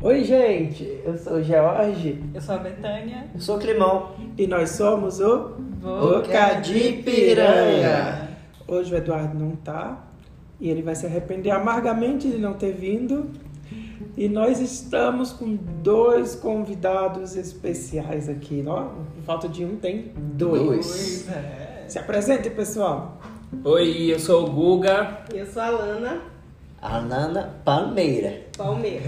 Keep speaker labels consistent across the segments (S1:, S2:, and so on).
S1: Oi, gente! Eu sou o George,
S2: Eu sou a Betânia.
S3: Eu sou o Climão.
S1: e nós somos o Boca de Piranha. Hoje o Eduardo não tá e ele vai se arrepender amargamente de não ter vindo. E nós estamos com dois convidados especiais aqui. Ó, falta de um tem dois.
S3: Dois.
S2: Pois é.
S1: Se apresentem, pessoal.
S4: Oi, eu sou o Guga,
S5: Eu sou a Lana
S3: Alana Palmeira.
S5: Palmeira.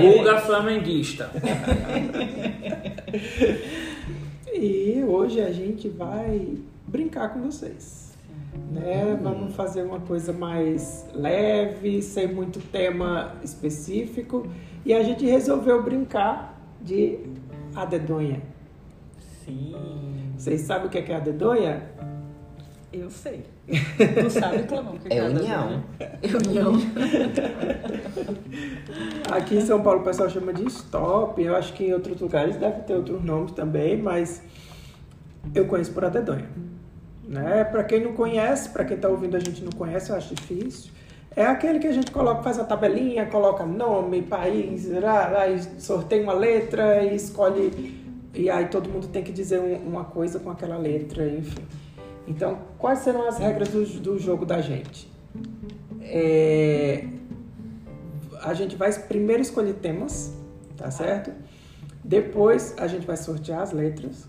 S4: Guga flamenguista.
S1: E hoje a gente vai brincar com vocês. Né? Vamos fazer uma coisa mais leve, sem muito tema específico. E a gente resolveu brincar de a dedonha.
S2: Sim.
S1: Vocês sabem o que é que é a dedonha?
S2: Eu sei. Tu sabe, Clamão, que
S3: É
S2: cada
S3: união.
S2: um, né?
S5: Eu não.
S1: Aqui em São Paulo o pessoal chama de stop. Eu acho que em outros lugares deve ter outros nomes também, mas eu conheço por adedonha. Né? Para quem não conhece, para quem tá ouvindo a gente não conhece, eu acho difícil. É aquele que a gente coloca, faz uma tabelinha, coloca nome, país, lá, lá, e sorteia uma letra e escolhe. E aí todo mundo tem que dizer um- uma coisa com aquela letra, enfim. Então, quais serão as regras do, do jogo da gente? É, a gente vai primeiro escolher temas, tá certo? Depois a gente vai sortear as letras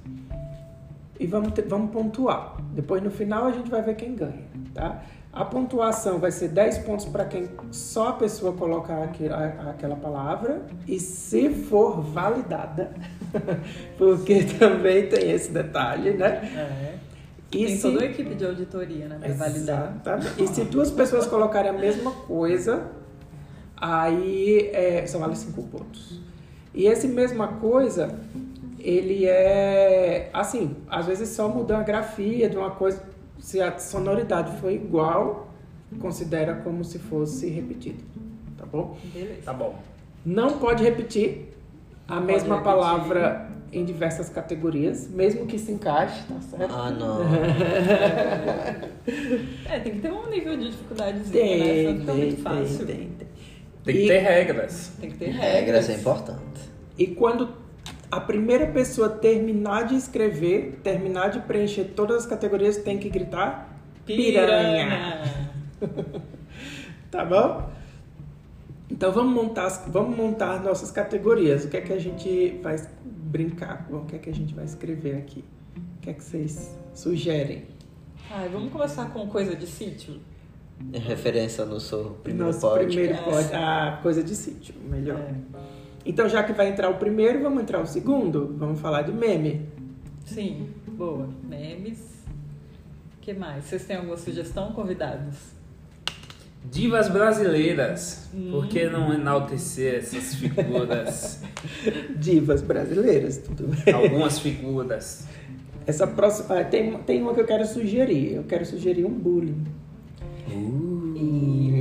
S1: e vamos, ter- vamos pontuar. Depois no final a gente vai ver quem ganha, tá? A pontuação vai ser 10 pontos para quem só a pessoa colocar aque- a- aquela palavra e se for validada, porque também tem esse detalhe, né?
S2: É.
S1: E
S2: Tem
S1: se-
S2: toda uma equipe de auditoria, né? Pra validar.
S1: Exatamente. E se duas pessoas colocarem a mesma coisa, aí é, só vale cinco pontos. E esse mesma coisa, ele é assim, às vezes só mudando a grafia de uma coisa, se a sonoridade for igual, considera como se fosse repetido, tá bom?
S2: Beleza.
S4: Tá bom.
S1: Não pode repetir a
S2: Não
S1: mesma
S2: pode repetir.
S1: palavra em diversas categorias, mesmo que se encaixe, tá certo?
S3: Ah, não.
S2: É, tem que ter um nível de dificuldadezinho, né? Senão
S1: Tem,
S2: fica
S1: tem,
S2: muito
S1: tem,
S2: fácil.
S1: tem, tem.
S4: Tem que
S1: E-
S4: ter regras.
S2: Tem que ter regras.
S3: Regras é importante.
S1: E quando a primeira pessoa terminar de escrever, terminar de preencher todas as categorias, tem que gritar piranha. Tá bom? Então vamos montar, as- vamos montar nossas categorias. O que é que a gente vai brincar? O que é que a gente vai escrever aqui? O que é que vocês sugerem?
S2: Ai, vamos começar com coisa de sítio?
S3: Em referência no seu primeiro
S1: Nosso
S3: podcast.
S1: primeiro pode. Ah, coisa de sítio, melhor.
S2: É.
S1: Então, já que vai entrar o primeiro, vamos entrar o segundo? Vamos falar de meme.
S2: Sim, boa. Memes. que mais? Vocês têm alguma sugestão, convidados?
S4: Divas brasileiras.
S2: Hum.
S4: Por que não enaltecer essas figuras?
S1: Divas brasileiras, tudo bem?
S4: Algumas figuras.
S1: Essa próxima. ah, Tem, tem uma que eu quero sugerir. Eu quero sugerir um bullying.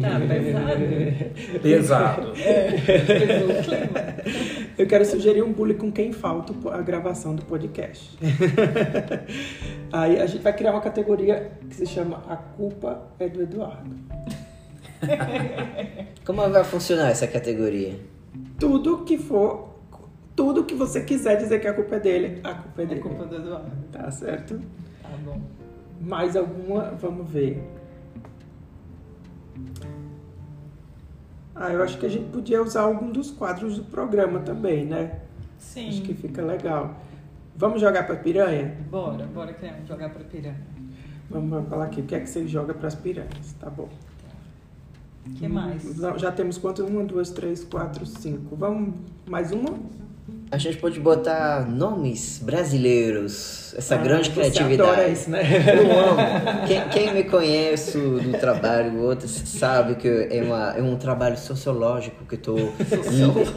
S2: Tá pesado. É
S4: Pesado.
S2: Pesou o clima.
S1: Eu quero sugerir um bullying com quem falta o po- a gravação do podcast. Aí a gente vai criar uma categoria que se chama A Culpa é do Eduardo.
S3: Como vai funcionar essa categoria?
S1: Tudo que for. Tudo que você quiser dizer que a culpa é dele, a culpa é
S2: É
S1: dele.
S2: culpa do Eduardo.
S1: Tá certo?
S2: Tá bom.
S1: Mais alguma? Vamos ver. Ah, eu acho que a gente podia usar algum dos quadros do programa também, né?
S2: Sim.
S1: Acho que fica legal. Vamos jogar pra piranha?
S2: Bora, bora criar, jogar pra piranha.
S1: Vamos vamos falar aqui. O que é que você joga pras piranhas? Tá bom.
S2: O que mais?
S1: Já- Já temos quantas? Uma, duas, três, quatro, cinco. Vamos mais uma?
S3: A gente pode botar nomes brasileiros. Essa
S1: Ah,
S3: grande
S1: você
S3: criatividade.
S1: adora isso, né?
S3: Eu amo. Quem, quem me conhece do trabalho, outros, sabe que é, uma, é um trabalho sociológico que eu tô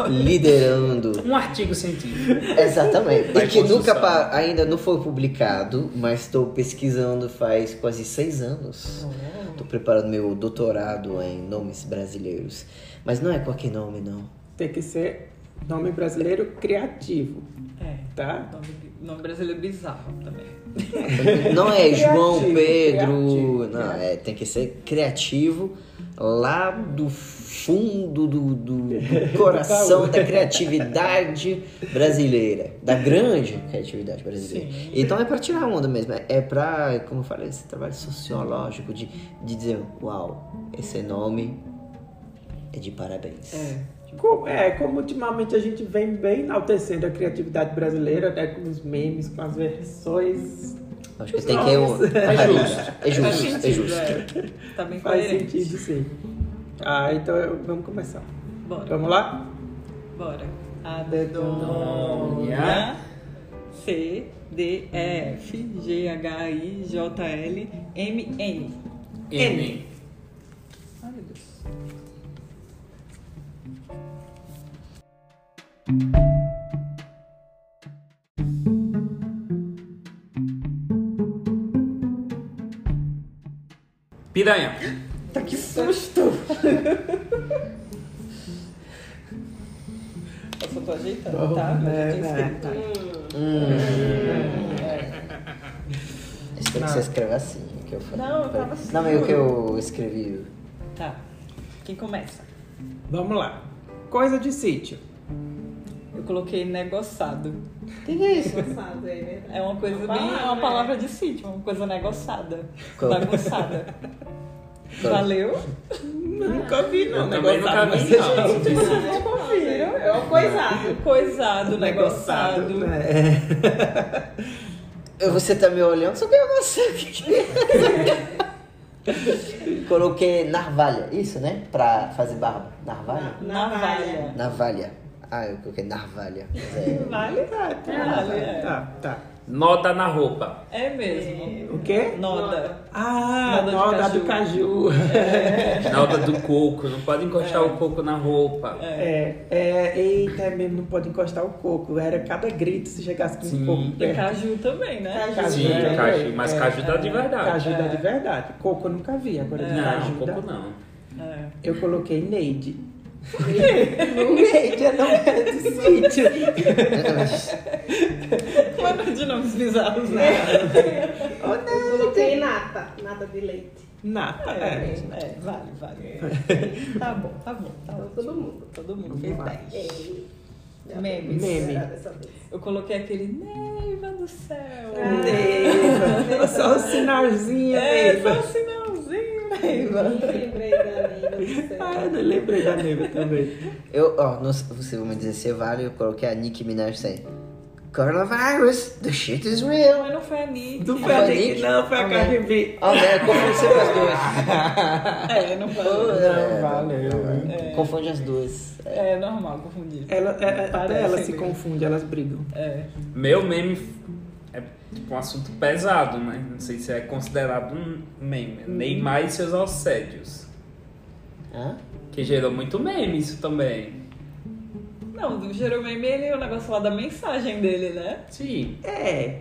S3: li- liderando.
S4: Um artigo científico.
S3: Exatamente.
S4: Vai
S3: E que nunca
S4: processar.
S3: pa- ainda não foi publicado, mas estou pesquisando faz quase seis anos. Estou preparando meu doutorado em nomes brasileiros. Mas não é qualquer nome, não.
S1: Tem que ser Nome brasileiro criativo,
S2: É.
S1: tá?
S2: Nome, nome brasileiro bizarro também.
S3: Não é
S1: Criativo,
S3: João Pedro,
S1: criativo,
S3: não, é, tem que ser criativo lá do fundo do, do- do coração da criatividade brasileira, da grande criatividade brasileira.
S2: Sim.
S3: Então é pra tirar onda mesmo, é- é pra, como eu falei, esse trabalho sociológico de, de dizer, uau, esse nome é de parabéns.
S2: É.
S1: Como, é, como ultimamente a gente vem bem enaltecendo a criatividade brasileira, né? Com os memes, com as versões.
S3: Acho que tem que é, um-
S4: É justo.
S3: é
S2: Faz
S3: justo,
S2: sentido,
S3: é justo.
S2: é. Tá bem
S1: Faz
S2: coerente.
S1: sentido, sim. Ah, então eu- vamos começar.
S2: Bora,
S1: Vamos lá?
S2: bora. A dedonha. C, D, E, F, G, H, I, J, L, M, N.
S4: N.
S2: Ai, meu Deus.
S4: Piranha.
S2: Tá que susto! Eu só tô ajeitando, tá? Mas
S1: É,
S2: eu tinha
S1: é,
S2: escrito.
S3: Isso tem que se escrever assim, o que eu falei.
S2: Não, eu tava assim.
S3: Não, mas o que eu escrevi.
S2: Tá. Quem começa?
S1: Vamos lá. Coisa de sítio.
S2: Eu coloquei negociado.
S3: O que, que é isso?
S5: Engraçado, é verdade.
S2: É uma coisa
S5: Uma
S2: bem. É
S5: palavra,
S2: uma
S5: né?
S2: palavra de sítio, uma coisa negociada.
S3: Qual?
S2: Bagunçada. Valeu?
S1: Nunca vi, não.
S4: Eu também nunca
S1: negócio,
S4: vi,
S1: mas-
S4: não.
S5: Eu confiro, é o coisado.
S2: Coisado, negociado.
S1: É.
S3: Eu- Você tá me olhando, só que eu não sei o que, que é. Coloquei narvalha, isso, né? Pra fazer barba. Narvalha? É.
S2: Navalha.
S3: Navalha. Ah, eu coloquei narvalha. Mas é.
S2: Vale?
S1: Tá,
S2: Vale,
S1: tá,
S2: é.
S1: tá, tá.
S4: Nota na roupa.
S2: É mesmo.
S1: O quê?
S2: Noda.
S1: Ah,
S2: Noda de
S1: noda do caju.
S4: Nota do coco. Não pode encostar o coco na roupa.
S1: É, é, eita, é mesmo, não pode encostar o coco. Era cada grito se chegasse com
S4: Sim.
S1: o coco
S2: E
S1: perto.
S2: caju também, né?
S1: Caju.
S4: Sim,
S1: é,
S4: caju. Mas
S1: é,
S4: caju tá de verdade.
S1: Caju dá de verdade. Coco eu nunca vi, agora de
S4: Não,
S1: caju dá.
S4: coco não.
S2: É.
S1: Eu coloquei Neide.
S3: Não é, já não é do sítio.
S2: Mano de nomes bizarros, né?
S5: Eu coloquei nata, nata de leite.
S1: Nata, é.
S2: É, vale, vale. Tá bom, tá bom. Tá
S5: Então
S2: bom.
S5: todo mundo.
S2: Todo mundo fez
S1: Vamos lá.
S2: 10.
S5: É.
S2: Memes.
S1: Meme.
S5: Dessa vez.
S2: Eu coloquei aquele Neiva do céu.
S1: Ah, Neiva. Só o sinalzinho,
S2: É,
S1: Neiva.
S2: só um sinalzinho, Neiva.
S5: Me lembrei da Neiva do céu.
S1: Ah, eu lembrei da Neiva também.
S3: Eu, ó, não sei, você vai me dizer se vale, eu coloquei a Nicki Minaj sem. Coronavirus, the shit is real.
S2: Mas não foi a Nick.
S1: Não
S3: Foi
S1: foi a
S3: a
S1: Nick,
S3: Nick?
S1: não, foi a
S3: Amém.
S1: KGB.
S3: Ah, né? Confundi sempre as duas.
S2: É, não foi.
S1: Não, valeu.
S3: É, Confunde as duas.
S2: É normal confundir.
S1: Ela, é- é- até
S2: Parece
S1: elas se
S2: mesmo.
S1: confundem, elas brigam.
S2: É.
S4: Meu meme f- é tipo um assunto pesado, né? Não sei se é considerado um meme. Neymar e seus assédios.
S3: Hã?
S4: Que gerou muito meme isso também.
S2: Não, do Jerome ele é o negócio lá da mensagem dele, né?
S4: Sim.
S1: É.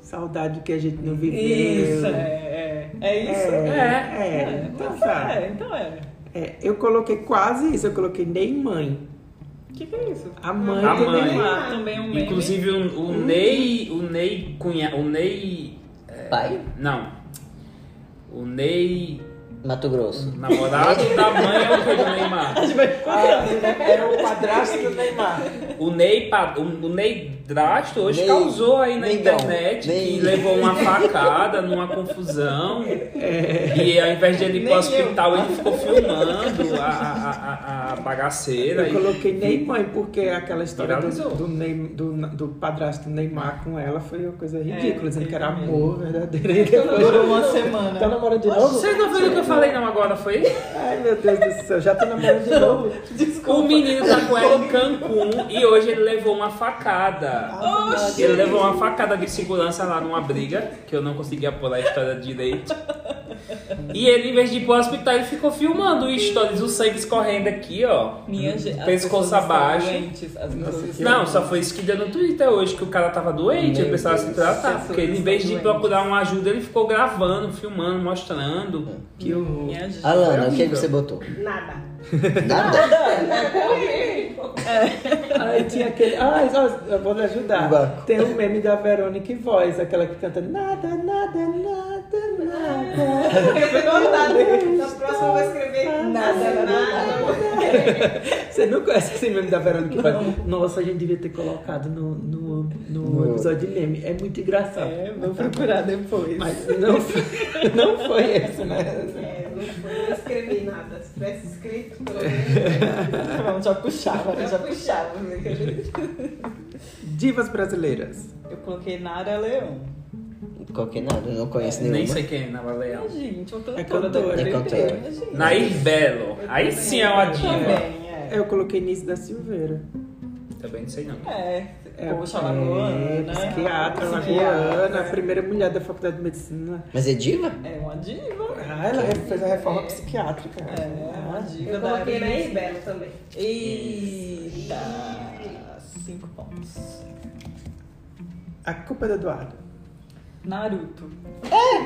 S1: Saudade que a gente não viveu.
S2: Isso, é, é. É isso?
S1: É,
S4: É,
S1: é, então
S2: Então
S1: tá.
S2: é, então é.
S1: É, eu coloquei quase isso, eu coloquei nem mãe.
S2: O que, que é isso?
S1: A mãe
S4: A
S1: do
S4: mãe.
S1: Neymar.
S2: Ah, também é um meme. Hum.
S4: Inclusive o, o Ney. O Ney Cunha. O Ney. é,
S3: Pai?
S4: Não. O Ney.
S3: Mato Grosso.
S4: Namorado da mãe é o que do Neymar.
S2: A gente vai
S1: Ah, é o padrasto do Neymar.
S4: O Ney, pa- o o Ney Drasto hoje
S3: Ney-
S4: causou aí na
S3: Neidão.
S4: internet
S3: Ney-
S4: que levou uma facada numa confusão. E ao invés de ele ir pro
S2: Nem
S4: hospital, ele ficou filmando a, a, a- a- a bagaceira.
S1: Eu
S4: e-
S1: coloquei nem mãe, porque aquela história do,
S4: Viralizou.
S1: do, Ney- do- do padrasto do Neymar com ela foi uma coisa ridícula,
S2: É,
S1: dizendo que era
S2: sim.
S1: amor verdadeiro. E depois-
S2: Durou uma semana.
S1: Tá namorando de novo?
S4: Vocês não viram o que eu falei não agora, foi?
S1: Ai meu Deus do céu, já tô namorando de novo.
S4: O menino tá com ela em Cancún e hoje ele levou uma facada. Ele levou uma facada de segurança lá numa briga, que eu não conseguia pôr a história direito. E ele, em vez de ir pro hospital, ele ficou filmando o stories, o sangue escorrendo aqui, ó.
S2: Minha gente, as pessoas
S4: pescoço
S2: estão
S4: abaixo.
S2: doentes, as pessoas estão
S4: Não, só foi isso que deu no Twitter hoje, que o cara tava doente,
S3: Meu
S4: ele precisava se
S3: Deus,
S4: tratar.
S2: as
S4: Porque ele, em
S2: pessoas
S4: vez de
S2: estão
S4: procurar uma ajuda, ele ficou gravando, filmando, mostrando.
S1: Que horror.
S3: É
S2: Minha gente.
S3: Alana, o que, que você botou?
S5: Nada.
S3: Nada?
S2: Nada, nada.
S1: Aí tinha aquele. Ah, ó, eu vou lhe ajudar.
S3: Banco.
S1: Tem o meme da Verônica e Voz, aquela que canta nada, nada, nada, nada.
S5: Eu fui contada. Na próxima eu vou escrever nada, nada.
S1: Você não conhece esse meme da Verônica e Voz? Nossa, a gente devia ter colocado no, no, no
S3: No-
S1: episódio de meme. É muito engraçado.
S2: É, vou procurar depois.
S1: Mas não, foi- não foi esse, né?
S5: É, não fui- não escrevi nada. Se tivesse escrito, pelo menos
S2: Pronto, já puxava, né?
S5: eu já puxava. né?
S1: Divas brasileiras.
S2: Eu coloquei Nara Leão.
S3: Qualquer nada, eu não conheço nenhuma.
S4: Nem sei quem é Nara
S2: Ah,
S4: Leão.
S2: gente, eu tô
S1: É
S2: toda
S1: cantora.
S2: bebê,
S3: É cantora.
S2: né, gente?
S4: Nair Belo. Aí sim é uma diva.
S2: Também, é.
S1: Eu coloquei Nice da Silveira.
S4: Também não sei não.
S2: É,
S1: É,
S2: poxa, Lagoana,
S1: é,
S2: né?
S1: Psiquiatra,
S2: Psiquiatra.
S1: lagoana, a primeira mulher da faculdade de medicina.
S3: Mas é diva?
S2: É uma diva.
S1: Ah, ela fez a reforma psiquiátrica. Ah.
S2: É, uma diva
S5: Eu
S2: da
S5: coloquei na
S2: área.
S5: Ibelo também.
S2: Eita! Cinco pontos.
S1: A culpa é do Eduardo.
S2: Naruto.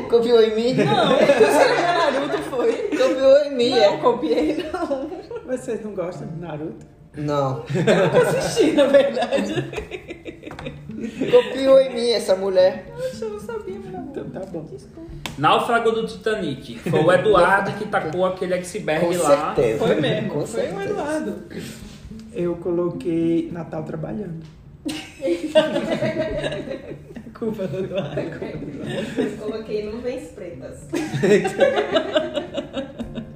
S3: Copiou em mim?
S2: Não, eu escrevi Naruto, foi?
S3: Copiou em mim,
S2: Não,
S3: é.
S2: copiei, não.
S1: Vocês não gostam de Naruto?
S3: Não.
S2: Eu nunca assisti, na verdade.
S3: Copiou em mim essa mulher.
S2: Poxa, eu não sabia, meu amor.
S1: Então tá bom.
S2: Desculpa.
S4: Náufrago do Titanic. Foi o Eduardo que tacou aquele
S3: Com
S4: iceberg lá.
S3: certeza.
S2: Foi mesmo,
S3: Com
S2: foi o
S3: certeza.
S2: Eduardo.
S1: Eu coloquei Natal trabalhando.
S2: Culpa do Eduardo.
S5: Eu coloquei nuvens pretas.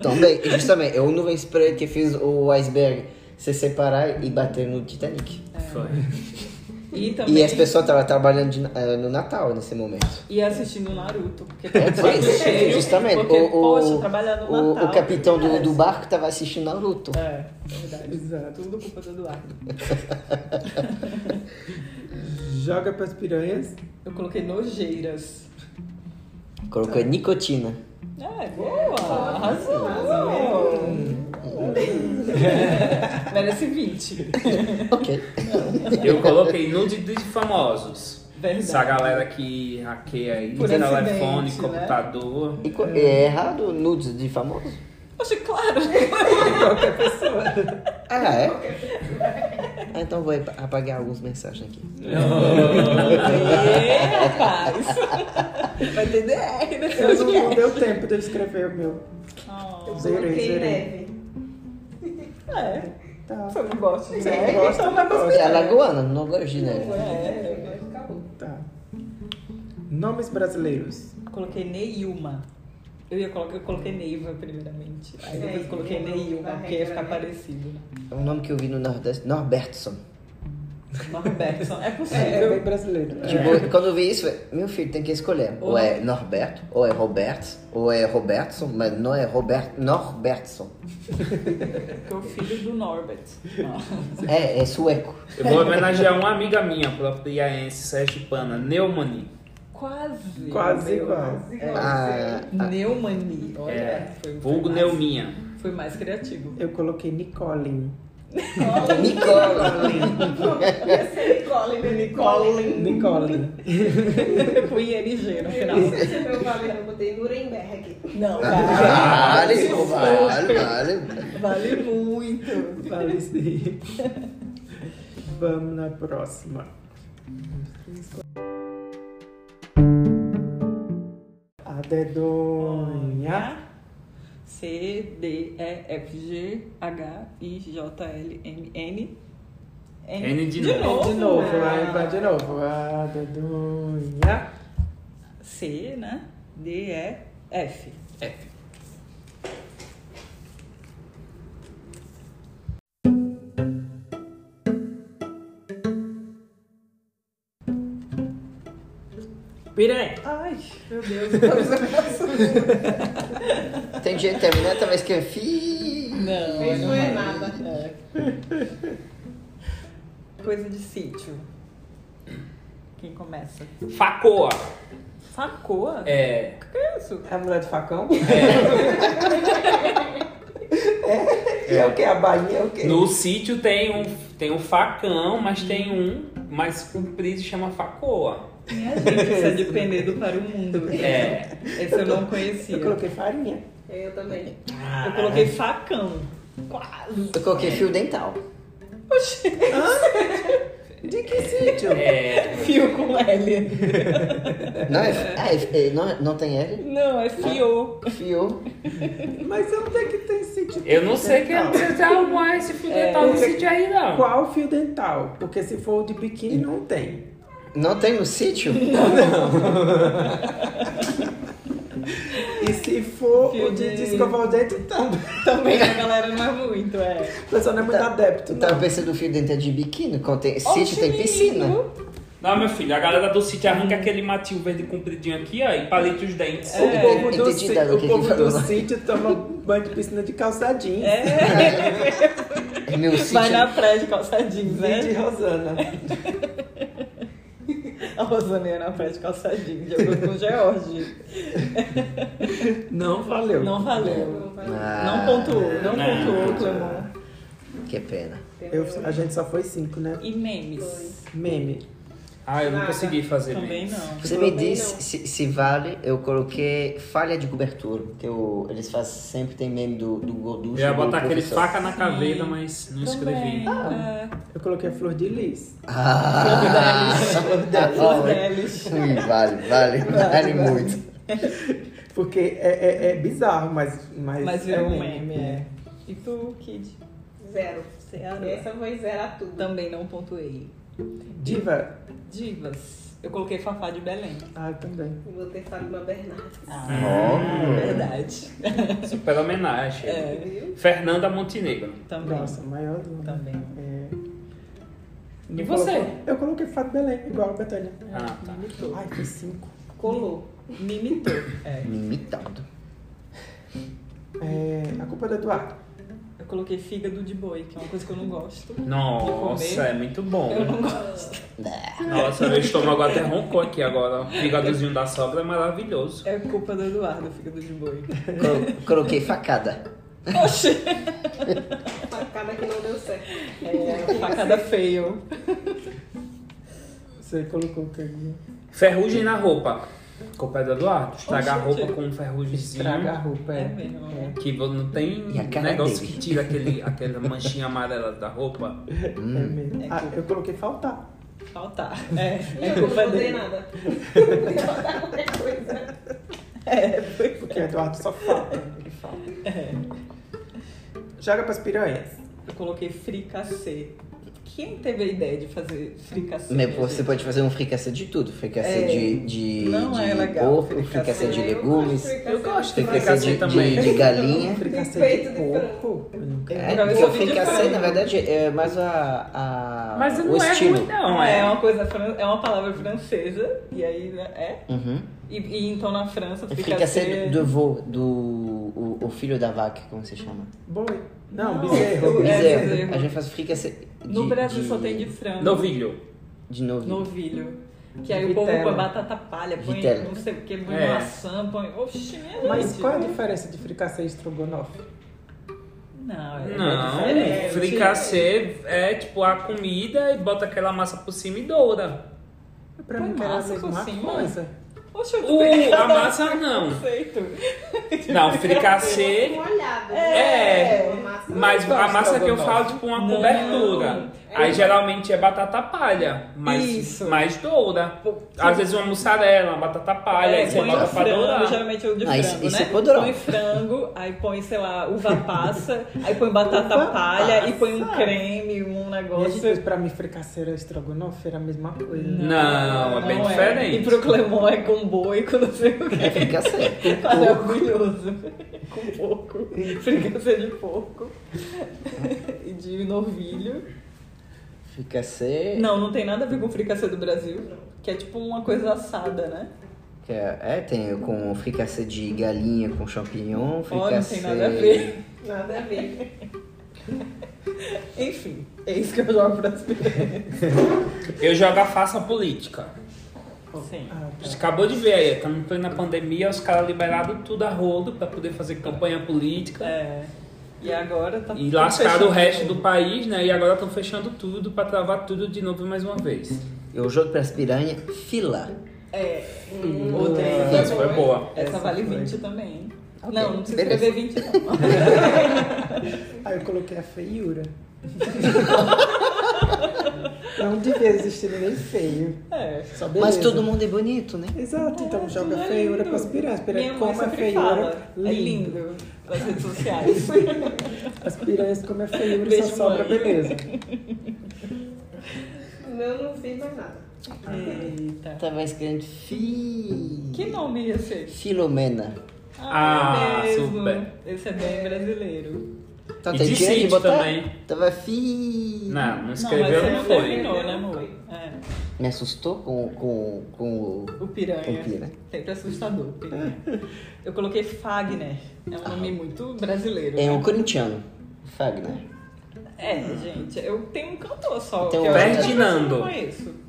S3: Também, e justamente, é eu não vou esperar que fiz o iceberg se separar e bater no Titanic.
S4: Foi.
S2: E
S3: É. E
S2: também.
S3: as pessoas estavam trabalhando de- eh, no Natal nesse momento.
S2: E assistindo Naruto. Porque
S3: É, sim, justamente.
S2: Porque,
S3: o, o,
S2: poxa, trabalhar no
S3: o-
S2: Natal. né?
S3: o capitão do, do barco tava assistindo Naruto.
S2: É, verdade.
S1: Exato.
S2: Tudo culpa do Eduardo.
S1: Joga pras piranhas.
S2: Eu coloquei nojeiras.
S3: Colocou nicotina.
S2: É, boa! Arrasou! Merece 20.
S3: Ok.
S4: Eu coloquei nude de famosos.
S2: Verdade.
S4: Essa galera que hackeia aí,
S2: Por
S4: telefone,
S2: acidente, né?
S4: computador.
S3: E co- é errado nudes de famoso?
S2: Poxa, claro!
S1: Qualquer pessoa.
S3: Ah, é? Ah, então vou ap- apagar algumas mensagens aqui.
S2: Ê, rapaz! Vai ter DR
S3: né?
S2: nesse
S1: Eu não, não
S2: podcast.
S1: deu tempo de eu escrever o meu.
S2: Oh,
S5: Eu
S1: Zerei,
S5: coloquei
S1: zerei.
S5: neve.
S2: é,
S1: Tá.
S2: você não gosta de
S1: Você
S2: DR,
S1: gosta,
S2: então vai pra
S1: gosta.
S3: É alagoana, não gosto de neve.
S2: É.
S1: Tá. Nomes brasileiros.
S2: Coloquei Neilma. Eu, ia colocar, eu coloquei Neiva primeiramente. Aí depois
S5: É,
S2: coloquei
S5: Neilma,
S2: Neilma,
S5: da
S2: porque ia
S5: regra,
S2: ficar
S5: né?
S2: parecido.
S3: É um nome que eu vi no Nordeste. Norbertson.
S2: Norbertson. É
S1: É, é
S2: possível.
S1: bem brasileiro.
S3: Tipo, quando eu vi isso, eu falei, meu filho tem que escolher. Ou é
S1: Uhum.
S3: Norberto, ou é Roberto, ou é Robertson, mas não é Roberto, Norbertson.
S2: Porque é o filho do Norbert.
S3: É, é sueco.
S4: Eu vou homenagear uma amiga minha, propriaense, sergipana, Neumani.
S2: Quase.
S1: Quase
S2: Meu.
S1: igual.
S3: Ah,
S2: Neumani. Olha,
S4: É,
S2: foi, foi
S4: vulgo
S2: mais-
S4: Neuminha.
S2: Foi mais criativo.
S1: Eu coloquei Nicolin.
S3: ah, Nicola.
S5: Ia ser Nicole, Nicole.
S1: Nicolin.
S2: Com ING no final. Ah,
S5: Não sei se eu falei, eu botei Nuremberg.
S2: Não,
S3: Vale, vale, vale.
S2: Vale muito.
S1: Vale sim. Vamos na próxima. A dedonha.
S2: C, D, E, F, G, H, I, J, L, M, N.
S4: N de novo.
S1: De novo,
S2: né?
S1: vai, vai de novo. A dedonha.
S2: C, né? D, E, F.
S4: É.
S1: Piranha.
S2: Ai, meu Deus.
S3: Tem gente que terminar, talvez que é fi.
S2: Não,
S5: Fez
S2: não
S5: foi
S2: é
S5: nada.
S2: É. Coisa de sítio. Quem começa?
S4: Facoa.
S2: Facoa?
S4: É.
S2: O que é isso?
S1: É a mulher do facão?
S4: é,
S1: E é o que? A bainha é o que?
S4: no sítio tem um, tem um facão, mas tem um mais comprido e chama Facoa.
S2: Minha gente, isso é de Penedo para o mundo.
S4: É.
S2: Esse eu não conhecia.
S1: Eu coloquei farinha.
S5: Eu também.
S4: Ah.
S2: Eu coloquei facão. Quase.
S3: Eu coloquei fio dental.
S1: De que sítio?
S4: É,
S2: Fio com L.
S3: Não, é, ah, é- é- não, não tem L?
S2: Não, é fio.
S3: Fio.
S1: Mas onde é que tem sítio?
S4: eu não sei que
S1: dental?
S4: você arrumar esse fio dental no sítio aí, não.
S1: Qual fio dental? Porque se for o de biquíni, não tem.
S3: Não tem no sítio?
S1: E se for
S2: Fio
S1: o de,
S2: de-
S1: de escovar o dente, também.
S2: Também a galera não é muito, é.
S1: A pessoa não é muito adepto.
S3: Eu
S1: Não.
S3: tava pensando no fio dentro de biquíni. quando tem-
S2: Oxe,
S3: Sítio tem piscina.
S2: menino.
S4: Não, meu filho, a galera do sítio arranca aquele matinho verde compridinho aqui, ó, e paleta os dentes.
S1: O povo do,
S3: É. entendi
S1: sítio,
S3: nada do que
S1: o
S3: ele
S1: povo do
S3: falou.
S1: sítio toma banho de piscina de
S2: É.
S1: calçadinho.
S3: É Meu
S2: Vai
S3: sítio.
S2: na praia de calçadinho,
S1: Vem de
S2: né?
S1: Rosana.
S2: A Rosana ia na praia de calçadinho, jogou com o George.
S1: Não valeu.
S2: Não valeu.
S3: Ah,
S2: Não pontuou, não
S4: Não.
S2: pontuou, Clemão.
S3: Que pena.
S1: Eu- a gente só foi cinco, né?
S2: E memes?
S1: Meme.
S4: Ah, eu não consegui fazer
S2: Também
S4: bem.
S2: não.
S3: Você me disse se, se vale, eu coloquei falha de cobertura. Que eu- eles fazem, sempre tem meme do, do gorducho.
S4: Eu ia
S3: do
S4: botar aquele
S3: professor.
S4: faca na caveira, mas não escrevi.
S2: Também. Ah,
S1: Eu coloquei a flor de lis.
S3: Ah,
S2: Flor
S3: vale.
S2: Delis.
S3: Sim, vale, vale, vale muito.
S1: Porque é, é- é bizarro, mas. Mas,
S2: Mas
S1: é
S2: virou um meme, é. E tu, Kid?
S5: Zero.
S2: Ceará.
S5: Essa foi zerar tudo.
S2: Também não pontuei.
S1: Diva.
S2: Divas. Eu coloquei Fafá de Belém.
S1: Ah, eu também.
S5: Eu Vou ter Fátima Bernardes.
S4: Ah.
S3: Oh.
S2: Ah, é Verdade.
S4: Super homenagem.
S2: É,
S5: Viu?
S4: Fernanda Montenegro.
S2: também.
S1: Nossa, maior. dúvida.
S2: Também.
S1: É.
S4: E você?
S1: Colocou- Eu coloquei Fato Belém, igual a Betânia.
S4: Ah, tá.
S2: Imitou.
S1: Ai, foi cinco.
S2: Colou. Me imitou. É.
S3: Me imitando.
S1: É, a culpa é do Eduardo.
S2: Eu coloquei fígado de boi, que é uma coisa que eu não gosto.
S4: Nossa, é muito bom.
S2: Eu não gosto.
S4: Nossa, meu estômago até roncou aqui agora. O figadozinho da sobra é maravilhoso.
S2: É culpa do Eduardo, fígado de boi.
S3: Colo- Coloquei facada.
S2: Oxi!
S5: Facada que não deu certo.
S2: É, facada feio.
S1: Você colocou o que?
S4: Ferrugem na roupa. Culpa é do Eduardo. Estragar a
S2: Oxe,
S4: roupa com um ferrugemzinho.
S1: Traga a roupa, é.
S2: É mesmo.
S1: É.
S4: Que não tem
S3: E a cara
S4: negócio
S3: dele.
S4: que tira aquele, aquela manchinha amarela da roupa.
S1: É mesmo.
S2: É
S1: Ah,
S2: culpa.
S1: eu coloquei faltar.
S2: Faltar. É,
S5: E
S2: é
S5: eu não
S2: culpa
S5: botei
S2: dele.
S5: nada. Vou botar qualquer coisa.
S2: É,
S1: Porque Eduardo só falta. Ele falta. Joga pras piranhas.
S2: Eu coloquei fricassê. Quem teve a ideia de fazer fricassê? né,
S3: Mas Você
S2: gente?
S3: pode fazer um fricassê de tudo. Fricassê
S2: É.
S3: de, de,
S2: Não
S3: de
S2: é legal
S3: porco,
S2: fricassê.
S3: fricassê de
S5: Eu
S3: legumes,
S5: gosto de
S4: Eu gosto de
S3: fricassê
S4: fricassê
S3: de,
S4: também.
S3: de, de galinha.
S1: Fricassê
S5: Peito
S1: de
S5: de
S1: porco. Eu nunca-
S3: É,
S2: Pra ver
S3: porque
S2: se
S3: o
S2: eu vi de
S3: fricassê,
S2: frango.
S3: na verdade, é mais a, a,
S4: Mas
S3: o
S4: não é
S3: estilo.
S4: ruim, não.
S2: é,
S4: É,
S2: uma coisa fran- é uma palavra francesa e aí né, é
S3: Uhum.
S2: e, e então na França
S3: O
S2: fica
S3: É Fricassê
S2: ser-
S3: do vô, do o, o filho da vaca, como se chama?
S1: Boi. Não,
S2: Não, É,
S1: bezerro.
S3: Bezerro.
S2: bezerro.
S3: A gente faz fricassê de,
S2: no Brasil
S3: de,
S2: só tem de frango
S4: Novilho.
S3: de novo.
S2: novilho que aí o povo
S1: Vitela.
S2: põe batata palha põe
S3: Vitela.
S2: não sei o que põe
S4: É.
S2: maçã põe oxi minha
S1: Mas
S2: gente.
S1: qual é a diferença de fricassê e estrogonofe?
S2: não é
S4: Não,
S2: é diferente.
S4: fricassê é tipo a comida e bota aquela massa por cima e doura.
S1: É Pra
S2: Põe
S1: mim, que era a
S2: massa por
S1: mesma
S2: cima.
S1: coisa.
S2: Oxe, eu tô
S4: Uh, a
S2: pegando
S4: massa não.
S2: conceito
S4: Não, fricassê
S5: Molhada.
S4: É,
S5: Uma massa.
S4: Mas a massa que eu falo, tipo, uma
S2: Não.
S4: cobertura. Aí geralmente é batata palha, mas
S2: Isso.
S4: mais doura. Às vezes uma mussarela, uma batata palha, aí você
S2: É, põe
S4: bota pra
S2: frango,
S4: dourar.
S2: geralmente eu de
S3: Ah,
S2: frango,
S3: isso- isso
S2: né?
S3: é podrão.
S2: põe frango, aí põe, sei lá, uva passa, aí põe batata
S1: Uva
S2: palha, e põe um
S1: passa.
S2: creme, um
S1: Gente,
S2: negócio.
S1: pois pra mim, fricassê era estrogonofe, era a mesma coisa.
S4: Não, é bem
S2: Não
S4: diferente.
S2: E pro Clemon é com boi, com não sei o
S3: É
S2: que.
S3: fricassê.
S2: Maravilhoso. é Com porco. Fricassê de porco. E de novilho.
S3: fricassê.
S2: Não, não tem nada a ver com fricassê do Brasil. Que é tipo uma coisa assada, né?
S3: Que é, é, tem com fricassê de galinha com champignon,
S2: Ó, não tem
S3: fricassê.
S2: nada a ver.
S5: Nada a ver.
S2: Enfim, é isso que eu jogo pras pessoas.
S4: Eu jogo a faça política.
S2: Sim.
S1: Ah,
S4: Você acabou de ver aí, estamos em plena pandemia, os caras liberaram tudo a rodo pra poder fazer campanha política.
S2: É. E agora tá
S4: E
S2: tudo
S4: lascaram o
S2: fechado.
S4: resto do país, né? E agora estão fechando tudo pra travar tudo de novo mais uma vez.
S3: Eu É jogo pras piranha fila.
S2: É.
S1: Hum.
S2: Odeio.
S1: Essa
S4: Isso foi boa.
S2: Essa,
S1: Essa
S2: vale
S1: foi.
S2: 20 também. hein?
S3: Ok,
S2: Não, não precisa
S3: beleza.
S2: escrever 20 não.
S1: Aí eu coloquei a feiura. Não devia existir ninguém feio.
S2: É.
S1: Só
S3: Mas
S1: beleza.
S3: todo mundo é bonito, né?
S1: Exato, então joga
S2: é
S1: feiura
S2: lindo.
S1: pra aspirar.
S2: Minha
S1: Aspirar
S2: mãe
S1: como é
S2: sempre
S1: feiura.
S2: fala, é lindo nas redes sociais.
S1: As piranhas comem feiura e
S2: Beijo,
S1: só sobra
S2: mãe.
S1: beleza.
S5: Não, não fiz mais nada.
S2: Eita.
S3: Tava escrevendo Tá fi...
S2: Que nome ia ser?
S3: Filomena.
S2: Ah,
S4: Ah,
S2: é mesmo.
S4: super.
S2: Esse é bem brasileiro.
S3: Então
S4: E
S3: tem
S4: de
S3: tira de
S4: Cid
S3: botar?
S4: também.
S3: Tava fi...
S4: Não, não
S2: não, mas
S4: escreveu,
S2: você
S4: não,
S2: não
S4: foi.
S2: terminou, né, amor? É.
S3: Me assustou com, com, com o...
S2: O piranha.
S3: O Pira.
S2: Sempre assustador, piranha. Eu coloquei Fagner. É um nome muito brasileiro.
S3: É
S2: né?
S3: um corintiano. Fagner.
S2: É, gente, eu tenho um cantor só.
S3: Então,
S2: que eu acho que
S4: Ferdinando.
S2: eu não conheço.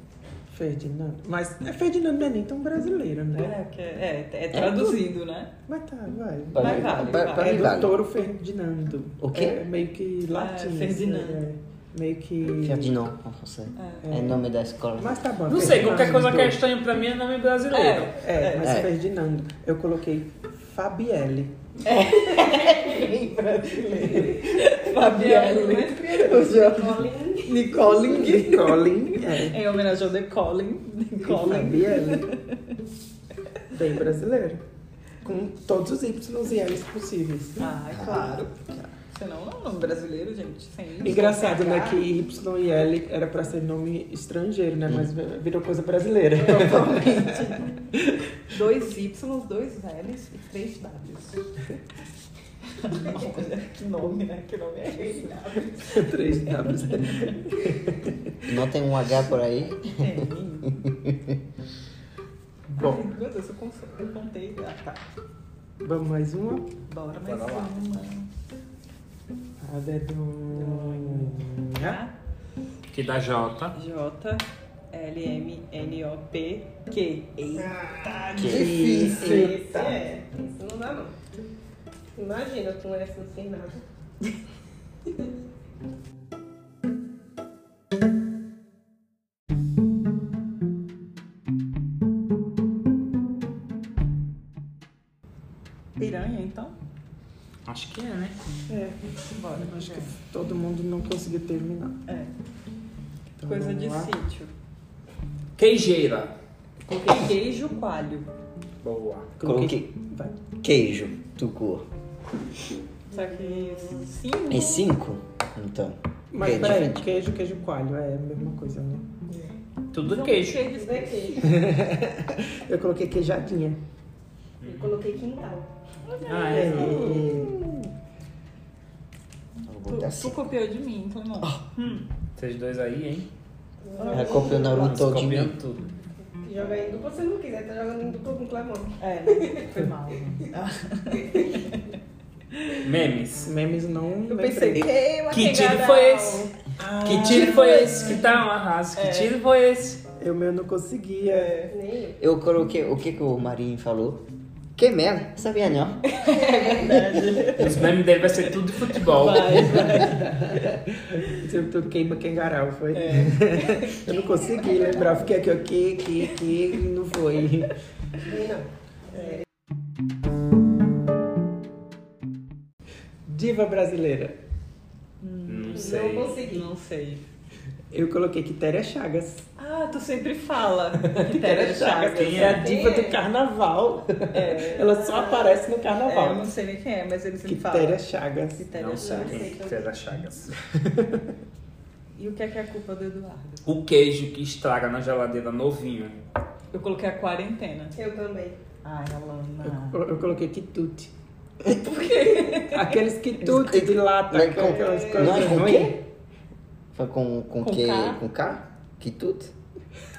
S1: Ferdinando. Mas é Ferdinando não é nem tão brasileiro, né?
S2: É, que é, é, é traduzido, né?
S1: Mas tá, vai.
S3: Pra
S2: Vai,
S3: mim,
S2: vale,
S3: pra-
S2: vai.
S3: pra
S1: é
S3: mim
S1: do
S3: vale.
S1: touro Ferdinando.
S3: O quê?
S1: É meio que latim. assim,
S2: Ferdinando.
S1: é meio que.
S3: Ferdinand, não sei. É. nome da escola.
S1: Mas tá bom.
S4: Não sei, qualquer coisa que é
S1: Ferdinando.
S4: estranho pra mim é nome brasileiro.
S1: É, mas
S3: É.
S1: Ferdinando. Eu coloquei Fabielle. né?
S2: Fabielle.
S5: Colin.
S1: Nicoling. Nicoling, é.
S2: Em homenagem ao The Colin. The Colin.
S1: Fabielle. Bem brasileiro. Com todos os Ys e Ls possíveis.
S2: Ah, é claro. Senão não é um nome brasileiro, gente. Sem isso.
S1: Engraçado, né? Que Y e L era pra ser nome estrangeiro, né? Mas
S2: Hum.
S1: virou coisa brasileira.
S2: Dois Ys, dois L's e três W's. Olha, que nome, né? Que nome é esse?
S1: Três Ws.
S3: Não tem um H por aí?
S2: Tem.
S1: Bom.
S2: Ai, Meu Deus, eu, cons- eu contei. Ah, tá.
S1: Vamos mais uma?
S2: Bora mais
S4: Bora lá.
S2: uma.
S1: A dedonha.
S2: Tá?
S4: Que dá J.
S2: J, L, M, N, O, P, Q. Eita,
S5: Ah,
S1: Difícil.
S5: esse é. Isso não dá, não. Imagina com essa sem nada.
S2: piranha, então?
S4: Acho que é, né?
S1: É,
S2: Bora.
S1: acho que todo mundo não conseguiu terminar.
S2: É,
S1: Então,
S2: coisa
S1: vamos
S2: de
S1: lá.
S2: sítio.
S4: Queijeira.
S2: Coloquei queijo coalho.
S4: Boa.
S3: Coloquei
S1: Vai.
S3: queijo, tucu.
S2: Só que cinco.
S3: É cinco? Então.
S1: Mas
S3: é
S1: peraí,
S3: diferente.
S1: queijo, queijo coalho, é a mesma coisa, né?
S2: um
S4: Tudo queijo.
S5: Isso daqui.
S1: Eu coloquei queijadinha.
S5: Eu coloquei quintal.
S4: Ah,
S1: É,
S4: é.
S3: Vou
S2: Tu,
S3: botar
S2: tu
S3: cinco.
S2: copiou de mim, então não.
S4: Vocês dois aí, hein?
S3: Ela copiou o Naruto
S4: Nossa,
S3: de
S4: copiando
S3: mim.
S4: tudo.
S5: Joga em dupla se não quiser, tá jogando em dupla com o Clemão.
S2: É, né? foi mal.
S4: Memes.
S1: Memes não.
S2: Eu
S1: lembrei.
S2: pensei, queima,
S4: Que
S2: queijarão.
S4: tiro foi esse? Que tiro foi esse? Que tá um arraso? Que tiro foi esse?
S2: é.
S1: Eu meu não conseguia.
S5: Nem eu.
S3: Eu coloquei o que, que o Marinho falou? Que merda, sabia não?
S4: Os memes dele vai ser tudo de futebol.
S2: Vai, vai.
S1: Sempre tu queima quem garau, foi?
S2: É.
S1: Eu não consegui lembrar, fiquei aqui, aqui, aqui, aqui, e não foi.
S5: Nem não.
S1: Diva brasileira.
S4: Não sei.
S5: Não consegui.
S2: Não sei.
S1: Eu coloquei Quitéria Chagas.
S2: Ah, tu sempre fala. Que
S1: Quitéria
S2: Télia
S1: Chagas
S2: Chagas.
S1: é a diva do carnaval. Ela só aparece no
S2: É, eu não
S1: carnaval.
S2: sei nem quem é, mas ele sempre fala.
S1: Quitéria Chagas.
S2: Quitéria
S4: Não sei.
S2: Chagas.
S4: quem que é da Chagas.
S2: E o que é que é a culpa do Eduardo?
S4: O queijo que estraga na geladeira novinho.
S2: Eu coloquei a quarentena.
S5: Eu também.
S2: Ai, Alana.
S1: Eu, eu coloquei quitute. Por quê? Aqueles quitute de lata,
S3: Não é
S1: com aquelas
S3: com-
S1: coisas
S3: não é com
S1: ruins.
S3: quê? Foi com, com,
S2: Com
S3: que?
S2: K?
S3: Com K? Que tudo?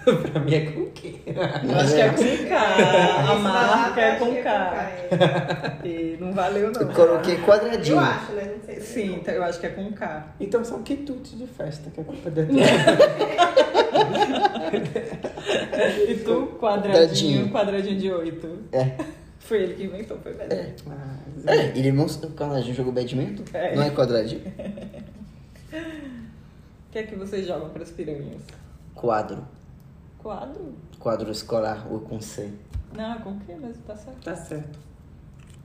S3: pra mim é com que?
S2: Eu acho que é com K. A
S5: Esse barato
S2: marca é
S5: acho que
S2: com K.
S5: é.
S2: E não valeu,
S3: Eu
S2: não.
S3: coloquei
S5: Eu
S3: quadradinho.
S5: acho, né? Não sei. se-
S2: Sim, então eu acho que é com K.
S1: Então são quitute de festa, que é culpa da
S2: E tu, quadradinho,
S3: Dadinho.
S2: quadradinho de oito.
S3: É.
S2: Foi ele que inventou, foi verdade.
S1: Mas,
S3: É, ele mostrou quando a gente jogou badminton.
S2: É.
S3: Não é quadradinho?
S2: O que é que vocês jogam para as piranhas?
S3: Quadro.
S2: Quadro?
S3: Quadro escolar ou com C.
S2: Não, é com o quê mesmo? Tá certo.
S1: Tá certo.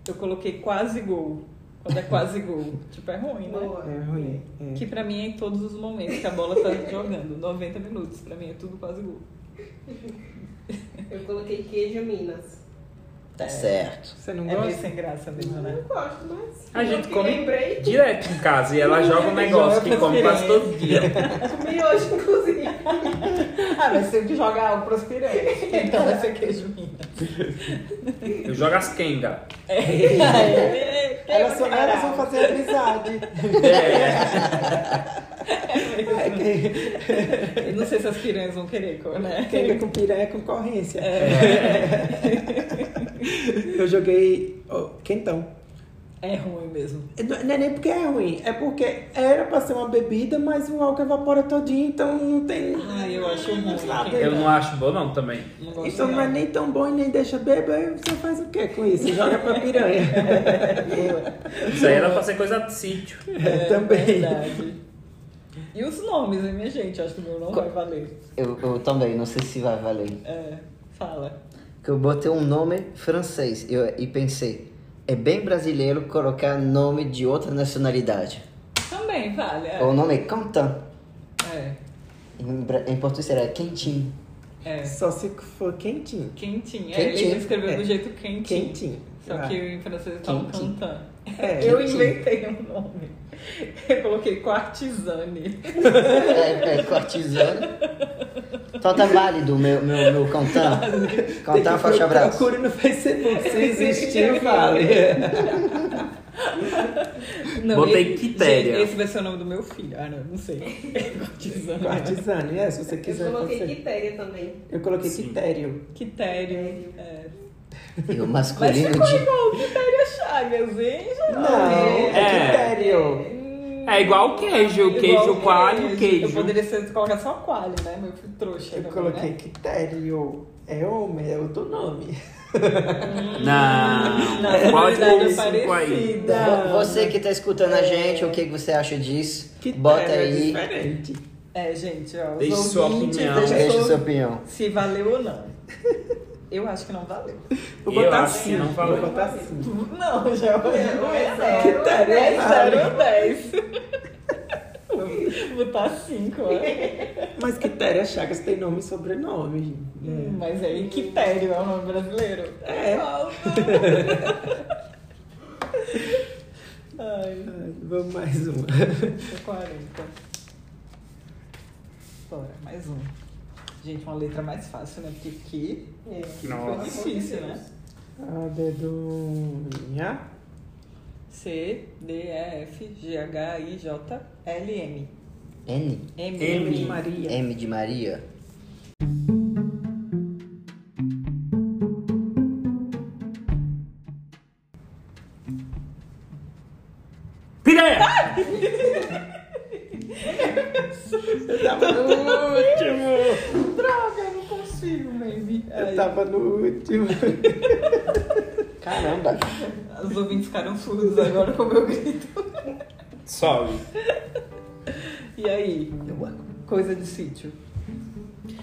S2: Eu coloquei quase gol. Quando é quase gol. Tipo, é ruim, né?
S1: É ruim. é.
S2: Que pra mim é em todos os momentos que a bola tá jogando. 90 minutos. Pra mim é tudo quase gol.
S5: Eu coloquei queijo Minas.
S3: Tá certo.
S1: Você não
S2: É meio
S1: gosta?
S2: sem graça mesmo, né?
S5: Não gosto, mas.
S4: A gente
S5: eu que
S4: come
S5: Lembrei.
S4: direto em casa e ela joga um negócio que come quase todo dia.
S5: Comi hoje, inclusive.
S2: Ah, mas tem que jogar algo prospirante. Então vai
S1: é
S2: ser queijo mina.
S4: Eu jogo as Kenga.
S2: É.
S1: Elas só, elas vão fazer amizade.
S4: É,
S2: Eu não sei se as piranhas vão querer, né?
S1: Quem anda com piranha é concorrência.
S2: É,
S1: Eu joguei ó, quentão.
S2: É ruim mesmo.
S1: Não não é nem porque é ruim, é porque era pra ser uma bebida, mas o álcool evapora todinho, então não tem.
S2: Ai, eu acho ruim.
S1: Sabe?
S4: eu não acho bom não também.
S2: Não gosto
S1: Então não é
S2: não.
S1: nem tão bom e nem deixa bêbado, aí você faz o que com isso? Joga pra piranha.
S2: É,
S4: Isso aí era pra ser coisa de sítio.
S1: É, também.
S2: Verdade. E os nomes, hein, minha gente? Acho que o meu não vai valer.
S3: Eu, eu também, não sei se vai valer.
S2: É, fala.
S3: Que eu botei um nome francês eu, e pensei, é bem brasileiro colocar nome de outra nacionalidade.
S2: Também vale. É.
S3: O nome é Quentin.
S2: É.
S3: Em, bra- em português será quentinho.
S2: é.
S1: Só se for quentinho.
S2: Quentinho. É,
S3: Quentinho,
S2: Ele escreveu do
S1: é.
S2: jeito quentinho.
S1: Quentinho.
S2: Só
S1: Ah.
S2: que em francês falam
S3: Quentinho.
S2: cantan.
S1: É,
S2: Eu
S3: quentinho.
S2: inventei um nome. Eu coloquei quartisane.
S3: É, é cortisano. Então tá válido o meu, meu, meu
S2: Tá
S3: Quentin.
S1: Tem que
S3: Quentin, forte
S1: pro-
S3: abraço.
S1: Procure no Facebook, se existir, vale.
S4: Botei
S2: esse-
S4: quitéria.
S2: gente, Esse vai ser o nome do meu filho. Ah, não, não sei. Cortisane.
S1: Partizano, é, se você quiser.
S5: Eu coloquei
S1: pode ser.
S5: quitéria também.
S1: Eu coloquei
S4: Sim.
S1: quitério.
S2: Quitério. É.
S3: E o
S2: Mas
S3: masculino
S2: ficou
S3: de...
S2: igual o Quitéria Chagas, hein? Hum.
S1: Não,
S4: É.
S1: é quitério.
S4: É igual queijo,
S2: Igual
S4: queijo coalho,
S2: Eu
S4: queijo.
S2: poderia ser, colocar só coalho, né? Meu filho trouxa.
S1: Eu
S2: também,
S1: coloquei
S2: Né?
S1: quitério. É homem, é outro nome.
S4: Não,
S2: Não, na
S4: pode
S2: verdade
S4: pôr
S2: é
S4: um Ah, cinco aí.
S2: parecida.
S1: Não.
S3: Você que tá escutando a gente, o que, que você acha disso?
S1: Quitério
S3: Bota
S1: é
S3: aí,
S1: diferente.
S2: É, gente, ó. os
S4: Deixe sua
S2: ouvintes,
S4: opinião.
S2: deixa
S3: deixa
S2: sua-
S3: sua opinião.
S2: Se valeu ou não. Eu acho que não valeu.
S1: Vou
S4: Eu
S1: botar
S4: acho que
S2: assim,
S1: cinco,
S4: não valeu.
S1: Vou botar assim. cinco.
S2: Não, já é, não é zero.
S1: Quitério
S2: É
S1: é
S2: zero
S1: vale.
S2: ou dez. Botar cinco, é. ó.
S1: Mas quitéria Chagas tem nome e sobrenome. gente.
S2: Hum, Mas aí, Quitério é o nome brasileiro?
S1: É.
S2: Não, não. Ai.
S1: Ai, Vamos mais uma.
S2: Tô 40. Bora, mais um. Gente, uma letra mais fácil, né? Porque que
S5: É.
S2: foi
S4: Nossa.
S2: difícil, né?
S1: A dedunha.
S2: C, D, E, F, G, H, I, J, L, M.
S3: N?
S2: M.
S1: M de Maria.
S3: M de Maria?
S4: Piranha!
S1: Eu tava no último.
S2: Droga, eu não consigo, maybe.
S1: Eu
S2: Aí,
S1: tava no último.
S3: Caramba!
S2: Os ouvintes ficaram surdos agora com o meu grito.
S4: Sobe.
S2: E aí? Coisa de sítio.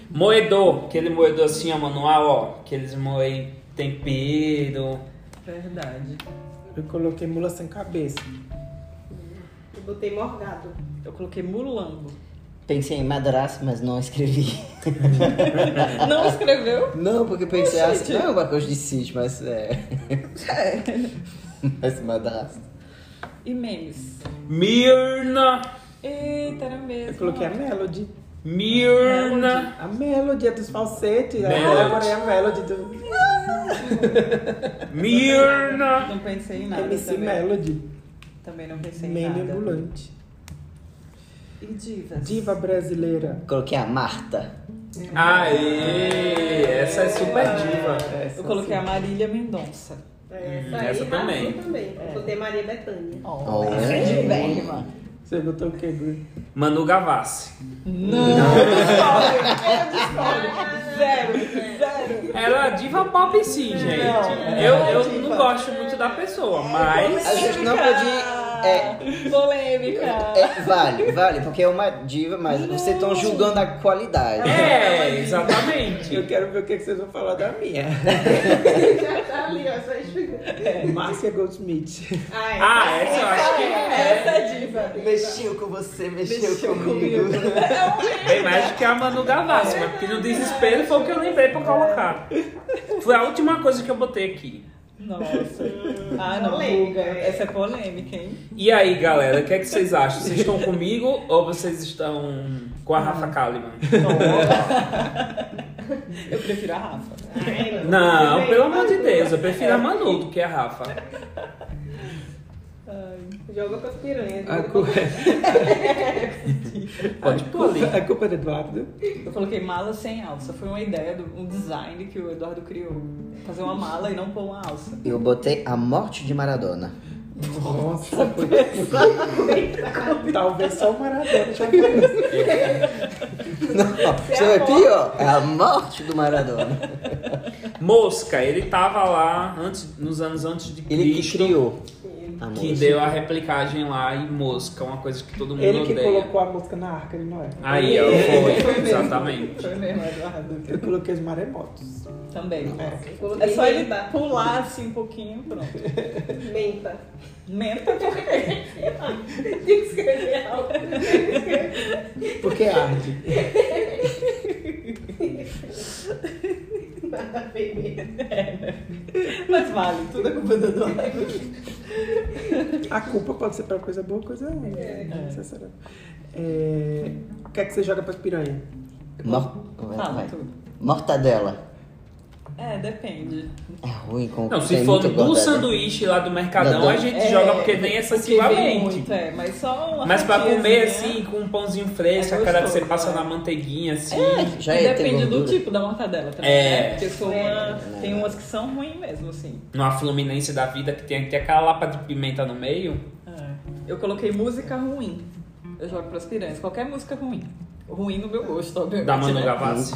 S4: Moedor, aquele moedor assim, ó, manual, ó. Que eles moem tempero.
S2: Verdade.
S1: Eu coloquei mula sem cabeça.
S5: Eu botei morgado.
S2: Eu coloquei mulambo.
S3: Pensei em madrasta, mas não escrevi.
S2: Não escreveu?
S3: Não, porque pensei,
S2: Ô,
S3: ah,
S2: gente.
S3: não é uma coisa de sítio, mas é. mas madrasta.
S2: E memes. É
S4: Mirna!
S2: Eita, era mesmo.
S1: Eu coloquei a Melody.
S4: Mirna!
S1: A Melody é dos falsetes. Aí
S4: Melody.
S1: eu elaborei a Melody do
S4: Mirna!
S2: Não pensei em nada
S1: MC
S2: também.
S1: Melody.
S2: Também não pensei em
S1: Meme
S2: nada.
S1: é ambulante.
S2: E divas.
S1: Diva brasileira.
S3: Coloquei a Marta.
S4: Aê! Essa é super diva.
S1: Essa,
S2: Eu coloquei a
S1: assim.
S2: Marília Mendonça.
S5: É,
S4: Hum,
S5: Essa, aí
S4: essa
S5: arrasou
S4: também.
S5: também. Eu botei Maria Bethânia.
S2: Oh,
S3: Oh,
S2: essa é
S3: é?
S2: divérrima.
S1: Você botou o que, Gui?
S4: Manu Gavassi.
S2: Zero, zero.
S4: Ela é diva pop sim, gente.
S2: Não,
S4: eu
S2: ela é
S4: eu
S2: diva.
S4: não gosto muito da pessoa, mas.
S3: A gente não podia
S2: É. Polêmica.
S3: É, vale, vale, porque é uma diva, mas vocês estão julgando a qualidade.
S4: É, exatamente.
S1: Eu quero ver o que que vocês vão falar da minha.
S5: Já tá ali, ó, só explicando.
S1: Márcia Goldsmith.
S5: Ah,
S4: Ah, essa eu acho que
S2: Essa é diva.
S3: Mexeu com você, mexeu,
S4: é Bem mais do que a Manu Gavassi, mas porque no desespero foi o que eu lembrei pra colocar. Foi a última coisa que eu botei aqui.
S2: Nossa. Ah, não,
S5: Polêmica,
S2: Guga.
S5: é.
S2: Essa é polêmica, hein?
S4: E aí, galera, o que, é que vocês acham? Vocês estão comigo ou vocês estão com a Rafa Kalimann?
S2: Eu prefiro a Rafa.
S4: Não, pelo amor de Deus, eu prefiro a Manu do que a Rafa.
S5: Joga pras piranhas.
S1: A, cu...
S4: Pode
S5: Tipo
S1: a,
S4: pôr ali.
S1: culpa, a culpa é do Eduardo.
S2: Eu coloquei mala sem alça. Foi uma ideia, do, um design que o Eduardo criou. Fazer uma mala e não pôr uma alça.
S3: Eu botei a morte de Maradona.
S1: Nossa, foi- Talvez só o Maradona já conheça.
S3: Não, isso é pior. É a morte do Maradona.
S4: Mosca, ele tava lá antes, nos anos antes de
S3: Ele que
S4: Cristo,
S3: criou a
S4: que
S3: música.
S4: deu a replicagem lá e Mosca, uma coisa que todo mundo
S1: Ele que
S4: odeia.
S1: colocou a música na arca, ele não é?
S4: Aí, ó, foi, exatamente.
S2: Foi mesmo, Eduardo.
S1: Eu coloquei os maremotos.
S2: Também.
S1: É.
S2: É só ele pular assim um pouquinho, pronto.
S5: Menta.
S2: Menta
S5: Tem que escrever algo.
S1: Porque arde.
S5: Nada a ver mesmo.
S2: Mas vale, tudo é culpa do Eduardo.
S1: A culpa pode ser pra coisa boa ou coisa ruim. né? Sinceramente. É, O que é que você joga pras piranha?
S3: Mor-
S4: Ah,
S3: vai,
S2: Fala
S3: vai.
S2: tudo.
S3: Mortadela.
S2: É, depende.
S3: É ruim com
S4: Não,
S3: tem
S4: se for
S3: muita
S4: do
S3: gordura.
S4: sanduíche lá do Mercadão,
S3: Da-
S4: a gente
S2: É,
S4: joga porque vem
S2: porque vem
S4: excessivamente.
S2: muito, é, mas só uma
S4: Mas pra
S2: fatiazinha.
S4: comer assim, com um pãozinho fresco,
S2: É
S4: a cara que você
S2: gostoso,
S4: passa
S2: né?
S4: na manteiguinha, assim.
S3: Já
S2: E
S3: é, tem
S2: depende do
S3: gordura.
S2: tipo da mortadela também.
S4: É.
S2: né? Porque sou
S5: É.
S2: uma- tem umas que são ruins mesmo, assim.
S4: Numa Fluminense da vida que tem até aquela lapa de pimenta no meio.
S2: Eu coloquei música ruim. Eu jogo pras piranhas. Qualquer música ruim. Ruim no meu gosto, obviamente.
S4: Da Manu
S2: né?
S4: Gavassi.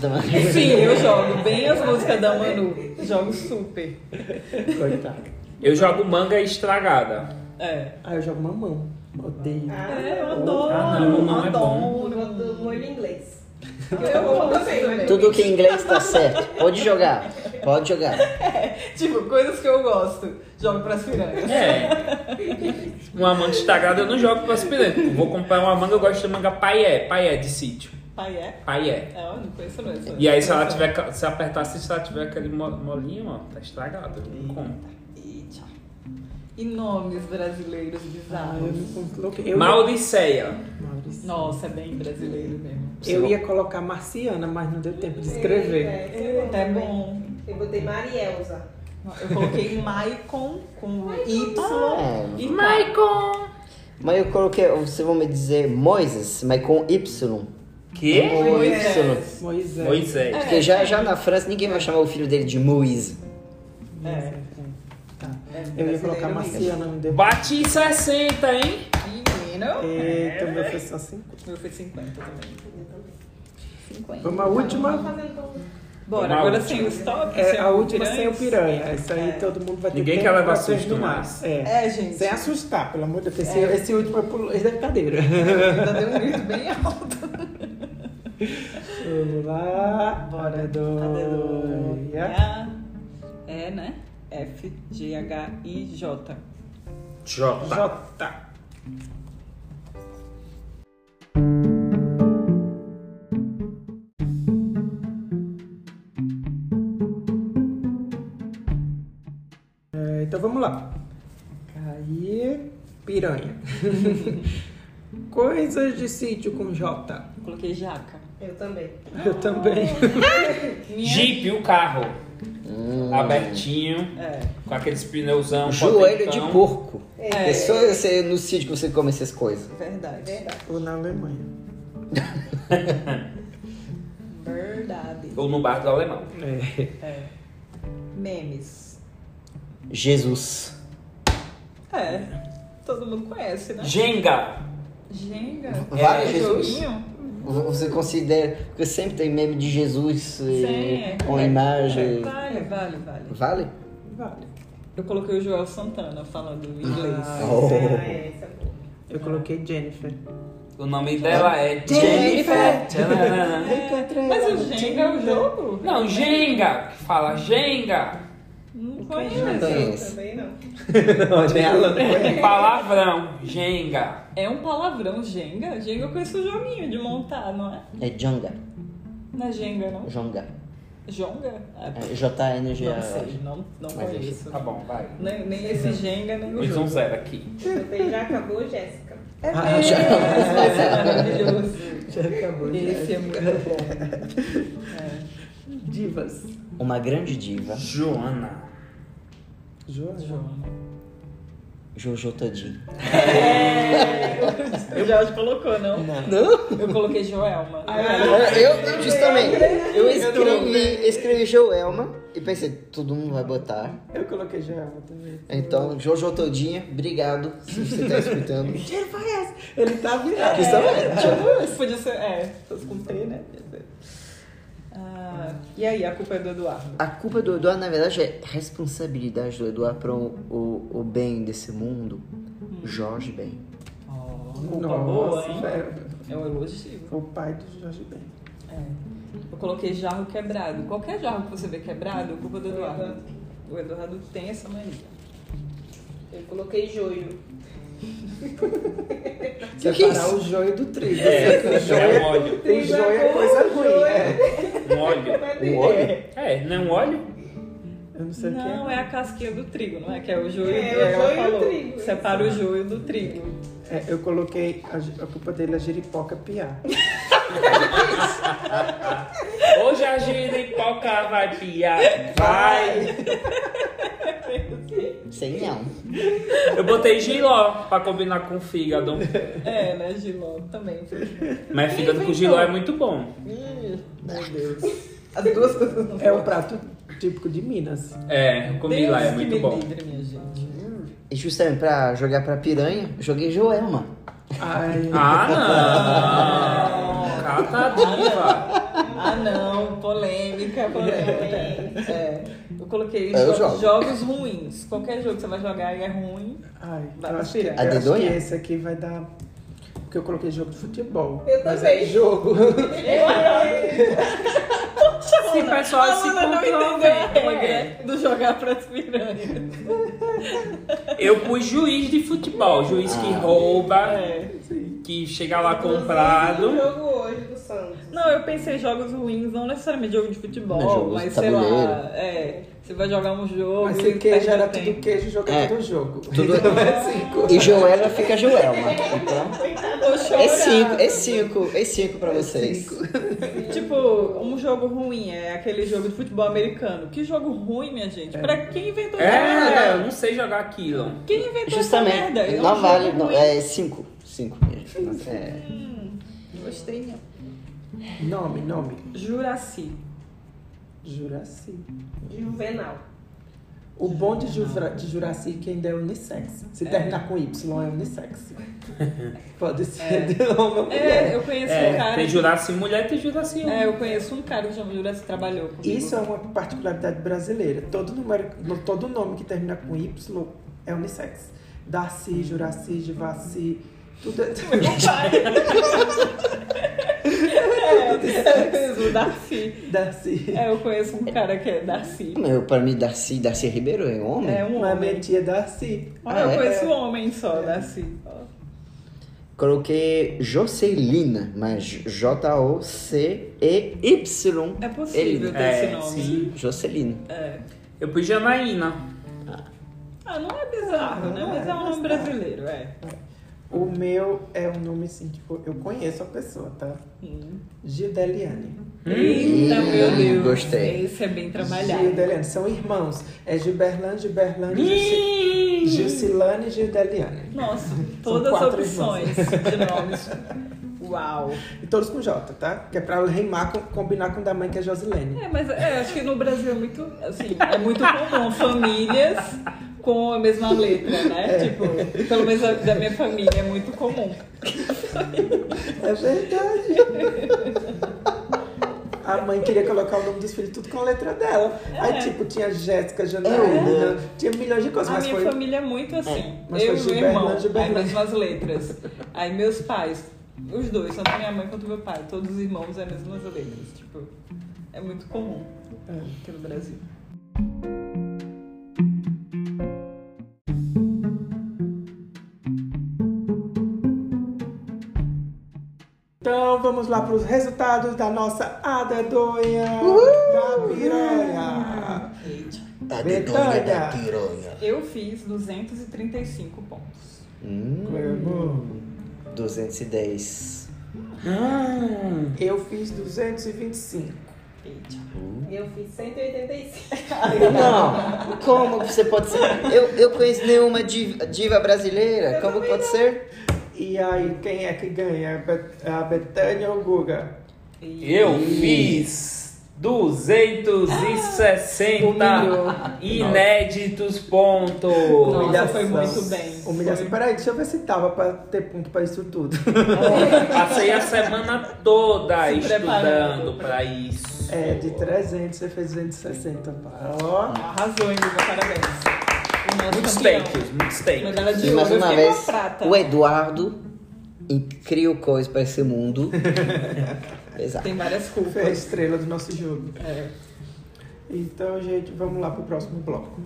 S2: Sim, eu jogo bem as músicas da Manu. Jogo super.
S1: Coitado.
S4: Eu jogo manga estragada.
S2: É.
S1: Ah, eu jogo mamão. Odeio.
S2: É, eu
S5: Ah,
S2: adoro.
S4: Ah, não, não é
S2: adoro.
S5: do- do molho inglês.
S2: Eu gosto também.
S3: Tudo que em inglês tá certo. Pode jogar. Pode jogar.
S2: Tipo, coisas que eu gosto. Jogo pras piranhas.
S4: É. Uma manga estragada eu não jogo pra aspirante. Vou comprar uma manga, eu gosto de manga paié, paié de sítio.
S2: Pai é?
S4: Paié.
S2: É, eu não conheço não. essa-
S4: E aí se ela tiver, ca- se apertar, assim, se ela tiver aquele mo- molinho, ó, tá estragado. Não conta.
S2: E tchau. E nomes brasileiros
S5: tá.
S1: Ah, eu
S2: bizarros.
S1: me coloquei. Eu,
S4: Mauriceia.
S1: Maurício.
S2: Nossa, é bem brasileiro mesmo.
S1: eu ia colocar Marciana, mas não deu tempo de escrever.
S5: É, é,
S2: Tá bom.
S5: Eu botei Marielza.
S2: Eu coloquei Maicon com Y
S3: Ah.
S2: e Maicon.
S3: Mas eu coloquei, vocês vão me dizer Moises, mas com Y.
S4: Que?
S3: Moisés.
S2: Moisés.
S1: Moisés.
S4: Moisés.
S3: Porque já, já na França ninguém vai chamar o filho dele de Moise.
S1: É. Tá,
S2: É
S1: Eu ia
S2: brasileiro
S1: colocar
S2: mesmo.
S1: Marciana, não deu.
S4: Bati 60, é hein?
S2: Menino.
S1: Eita, o meu foi só 50.
S2: Meu foi 50 também. 50.
S1: Vamos à
S5: Tá
S1: última.
S5: fazendo tão-
S2: Bora,
S4: Uma
S2: agora
S4: última.
S2: sem o stop.
S1: É,
S2: sem
S1: a
S2: o
S1: última
S2: piranhas.
S1: sem o piranha. Essa aí todo mundo vai ter
S4: Ninguém
S1: tempo
S4: quer levar
S1: pra
S4: susto
S1: terminar.
S4: mais.
S1: É.
S2: É, gente.
S1: Sem assustar, pelo amor de Deus. Esse, esse último é pulo- esse é brincadeira.
S2: Ainda deu um grito bem alto.
S1: Vamos lá.
S2: Bora.
S1: Aleluia.
S2: É, né? F, G, H, I, J.
S4: Jota.
S1: Jota. É, Então vamos lá. Aí, piranha. Coisas de sítio com J.
S2: Coloquei jaca.
S5: Eu também.
S1: Eu também.
S4: Jeep, o carro. Abertinho,
S2: É.
S4: com aqueles pneuzão.
S3: Joelho de
S4: potentão.
S3: porco.
S5: É.
S3: É só você, no sítio que você come essas coisas.
S2: Verdade.
S1: Ou na Alemanha.
S2: Verdade.
S4: Ou no bar do alemão.
S1: É.
S2: É. Memes.
S3: Jesus.
S2: É. Todo mundo conhece, né?
S4: Jenga.
S2: Jenga.
S3: Vai,
S2: É,
S3: Jesus.
S2: joguinho?
S3: Você considera. Porque sempre tem meme de Jesus eh,
S2: Sim, é.
S3: com imagem.
S2: Vale, vale, vale.
S3: Vale?
S1: Vale.
S2: Eu coloquei o Joel Santana falando inglês.
S3: Oh.
S5: essa é boa.
S1: Eu coloquei Jennifer.
S4: O nome dela é
S3: Jennifer.
S4: Jennifer. Tchananana.
S2: É, Mas o Jenga é o jogo?
S4: Não, Jenga. Que fala Jenga.
S2: Não
S3: Não
S2: conheço.
S3: conheço.
S5: Também não.
S3: É
S4: Palavrão. Jenga.
S2: É um palavrão, Jenga? Jenga eu conheço o joguinho de montar, não é?
S3: É Jonga.
S2: Não é Jenga, não?
S3: Jonga.
S2: Jonga? Ah,
S3: É J-N-G-A.
S2: não sei, não, não
S3: Mas
S2: conheço.
S4: Tá bom, vai.
S2: Nem, nem esse Jenga, nem o
S4: Fiz um
S2: jogo.
S4: zero aqui.
S5: Também já acabou, Jéssica.
S2: É
S3: Ah, já-
S2: mesmo, esse é maravilhoso.
S1: Já acabou.
S2: Esse é muito bom. É.
S1: Divas.
S3: Uma grande diva.
S4: Joana.
S1: Joana.
S3: Jojo Todinho.
S2: O Jorge colocou, não?
S3: Não? Ah,
S2: Eu coloquei Joelma.
S3: Eu, justamente, eu escrevi, escrevi Joelma e pensei, todo mundo vai botar.
S1: Eu coloquei Joana também.
S3: Então, Jojo Todinha, obrigado se você tá escutando.
S1: Ele tá virado.
S3: Justamente.
S2: Podia ser, é.
S1: Todos com T, né?
S2: Ah, e aí, a culpa é do Eduardo.
S3: A culpa do Eduardo, na verdade, é responsabilidade do Eduardo para o, o, o bem desse mundo. Hum. Jorge Bem.
S2: Oh, culpa boa,
S1: Nossa,
S2: hein?
S1: velho.
S2: É um elogio.
S1: Foi o pai do Jorge Ben.
S2: É. Eu coloquei jarro quebrado. Qualquer jarro que você vê quebrado, é culpa do Eduardo. O Eduardo tem essa mania.
S5: Eu coloquei joio.
S3: Que que é
S1: Separar
S3: isso?
S1: o joio do trigo.
S4: É um óleo.
S1: Tem joio é coisa ruim, né?
S4: Um óleo.
S3: Um óleo?
S4: É, não é um óleo?
S1: Eu não sei o que é.
S2: Não, é a casquinha do trigo, não é? Que é o joio,
S5: É,
S2: do
S5: o
S2: ela
S5: joio do
S2: falou.
S5: trigo.
S2: Separa o joio do trigo.
S1: É, eu coloquei a, gi- a culpa dele é giripoca piar.
S4: Hoje a giripoca vai piar. Vai.
S3: Sei não.
S4: Eu botei giló pra combinar com fígado.
S2: É, né, Giló também.
S4: Mas fígado com giló é muito bom.
S1: Meu Deus.
S2: As duas coisas não
S1: É um prato típico de Minas.
S4: É, eu comi
S2: Deus
S4: lá, é
S2: que
S4: muito
S2: me
S4: bom.
S2: livre, minha gente.
S3: E justamente pra jogar pra piranha, joguei Joelma.
S1: Ai,
S4: Ah, não. Cata diva.
S2: Ah, não, polêmica, polêmica. É, eu coloquei
S3: É, eu
S2: jo-
S3: jogo.
S2: jogos ruins. Qualquer jogo que você vai jogar e é ruim.
S1: ai.
S2: Vai
S1: eu
S2: pra
S1: acho que,
S2: piranha.
S3: A
S1: eu acho que
S3: dedonha?
S1: esse aqui vai dar... Porque eu coloquei jogo de futebol.
S5: Eu
S1: mas
S5: também.
S1: é jogo.
S4: Se o pessoal se
S2: Ana não
S4: controla,
S2: entendeu a
S4: é.
S2: regra do jogar pras piranhas.
S4: Eu pus juiz de futebol. Juiz que
S3: Ah.
S4: rouba,
S2: É.
S4: que chega lá um
S5: O
S4: comprado.
S5: jogo hoje do Santos.
S2: Não, eu pensei jogos ruins, não necessariamente jogo de futebol,
S3: Não, jogos
S2: mas
S3: É, de
S2: sei lá,
S3: tabuleiro.
S2: é, você vai jogar um jogo.
S1: Mas
S2: e
S1: se queijo era
S2: perde um
S1: tudo
S2: tempo.
S1: queijo, jogo
S3: É.
S1: é tudo jogo.
S3: Tudo-
S1: Então é cinco.
S3: E Joelma fica Joelma. Então,
S2: Vou
S3: é
S2: chorar.
S3: cinco, é cinco, é cinco pra vocês. É
S2: Tipo, um jogo ruim é aquele jogo de futebol americano. Que jogo ruim, minha gente? Pra quem inventou essa
S4: É, eu
S2: merda?
S4: não sei jogar aquilo.
S2: Quem inventou essa merda?
S3: Justamente,
S2: É um
S3: não
S2: jogo
S3: vale, não,
S2: ruim.
S3: é cinco. Cinco. É,
S2: Gostei, né? não.
S1: Nome, nome.
S2: Juraci.
S1: Juraci.
S5: Juvenal.
S1: O bom de, Jura, de Juraci é que ainda é unissex. Se terminar com Y, é unissex. Pode ser de homem ou mulher.
S2: É, eu conheço um
S4: É,
S2: cara.
S4: tem Juraci mulher tem Juraci homem.
S2: É, eu conheço um cara que chama Juraci trabalhou comigo.
S1: Isso é uma particularidade brasileira. Todo, número, no- todo nome que termina com Y é unissex. Darcy, Juraci, Givaci, tudo é...
S2: é, é o Darcy.
S1: Darcy.
S2: É, eu conheço um cara que é Darcy.
S3: Meu, pra mim, Darcy, Darcy Ribeiro é homem?
S2: É um
S1: Uma
S2: homem.
S1: mentia Darcy.
S2: Olha, eu
S3: Ah, é?
S2: conheço um homem só, Darcy.
S3: Coloquei Jocelina, mas J-O-C-E-Y.
S2: É possível
S3: Ele-
S2: ter
S4: É,
S2: esse nome.
S4: sim.
S3: Jocelina.
S2: É.
S4: Eu pus Janaína.
S2: Ah, não é bizarro, né? Mas é um nome brasileiro, é.
S1: O meu é um nome assim, tipo, eu conheço a pessoa, tá?
S2: Hum.
S1: Gildeliane.
S2: Eita, meu Deus.
S3: gostei.
S2: Esse é bem trabalhado.
S1: Gildeliane, são irmãos. É Gilberlan, Gilberlan, Gilci-
S4: Ih!
S1: Gilcilane e Gildeliane.
S2: Nossa, todas as
S1: quatro
S2: opções de nomes. Uau.
S1: E todos com J, tá? Que é pra rimar, com, combinar com o da mãe, que é Josilene.
S2: É, mas é, acho que no Brasil é muito, assim, é muito comum famílias com a mesma letra, né?
S1: É.
S2: Tipo, pelo menos a- da minha família é muito comum.
S1: É verdade. a mãe queria colocar o nome dos filhos tudo com a letra dela. Aí, tipo, tinha Jéssica,
S3: É,
S1: Janaína, tinha milhões de coisas,
S2: A
S1: mas
S2: minha
S1: foi.
S2: família é muito assim.
S1: mas
S2: eu
S1: foi
S2: e meu
S1: Gilberto,
S2: irmão,
S1: né,
S2: as
S1: Gilberto?
S2: mesmas letras. Aí meus pais, os dois, tanto minha mãe quanto meu pai, todos os irmãos, é as mesmas letras. Tipo, é muito comum
S1: É.
S2: aqui no Brasil.
S1: Então vamos lá para os resultados da nossa adedonha da piranha.
S3: Tá
S1: de doida da
S3: piranha.
S2: Eu fiz 235 pontos.
S1: Hum.
S3: 210.
S4: Hum.
S1: Eu fiz 225.
S2: Eita.
S5: Eu fiz 185.
S3: Não, como você pode ser? Eu, eu conheço nenhuma diva, diva brasileira. como pode ser?
S1: E aí, quem é que ganha? A Bet- A Betânia ou o Guga?
S4: Eu fiz 260 inéditos pontos.
S2: Nossa, foi muito bem.
S1: Humilhação.
S2: Foi.
S1: Peraí, deixa eu ver se tava pra ter ponto pra isso tudo.
S4: Passei a semana toda
S2: Se preparando.
S4: estudando pra isso.
S1: É, de 300 você fez 260. pá. Ó.
S2: Arrasou, hein, Guga? Parabéns. O nosso
S4: Muitos
S2: campeão.
S4: takes, muitos takes.
S2: Medalha de
S3: E mais
S2: ouro, eu fiquei
S3: uma
S2: com a
S3: vez,
S2: prata.
S3: o Eduardo e criou coisas para esse mundo. Exato.
S2: Tem várias
S1: Foi a
S2: culpas.
S1: estrela do nosso jogo.
S2: É.
S1: Então, gente, vamos lá pro próximo bloco.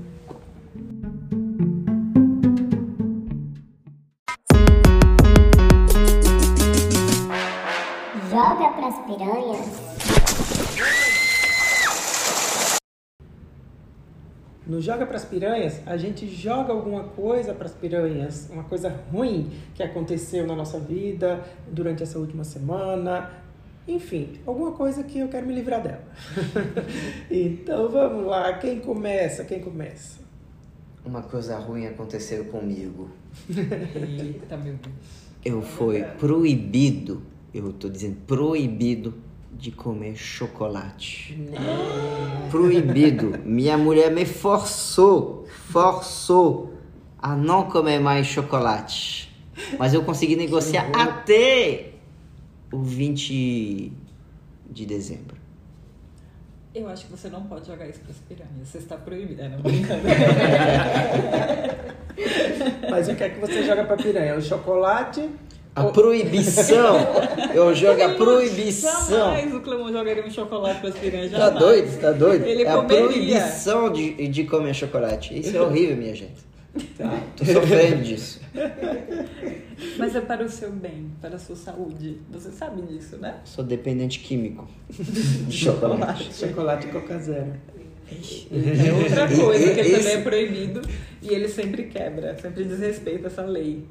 S6: Joga pras piranhas.
S1: No Joga pras Piranhas, a gente joga alguma coisa pras piranhas, uma coisa ruim que aconteceu na nossa vida durante essa última semana. Enfim, alguma coisa que eu quero me livrar dela. então vamos lá, quem começa? Quem começa?
S3: Uma coisa ruim aconteceu comigo.
S2: Eita, meu Deus.
S3: Eu fui proibido, eu tô dizendo proibido de comer chocolate. Proibido. Minha mulher me forçou, forçou a não comer mais chocolate. Mas eu consegui negociar até o 20 de dezembro.
S2: Eu acho que você não pode jogar isso pras piranhas. Você está proibida, não brincando.
S1: Mas o que é que você joga pra piranha? O chocolate?
S3: A proibição. Eu jogo a
S2: Ele não-
S3: proibição.
S2: Jamais o Clemão jogaria um chocolate pras piranhas.
S3: Tá
S2: jamais.
S3: doido, tá doido?
S2: Ele
S3: é a
S2: comeria.
S3: proibição de, de comer chocolate. Isso é horrível, minha gente. Tá, Tô sofrendo disso.
S2: Mas é para o seu bem, para a sua saúde. Você sabe disso, né?
S3: Sou dependente químico de chocolate.
S1: Chocolate e coca zero.
S2: É outra coisa que
S3: Esse-
S2: também é proibido e ele sempre quebra, sempre desrespeita essa lei.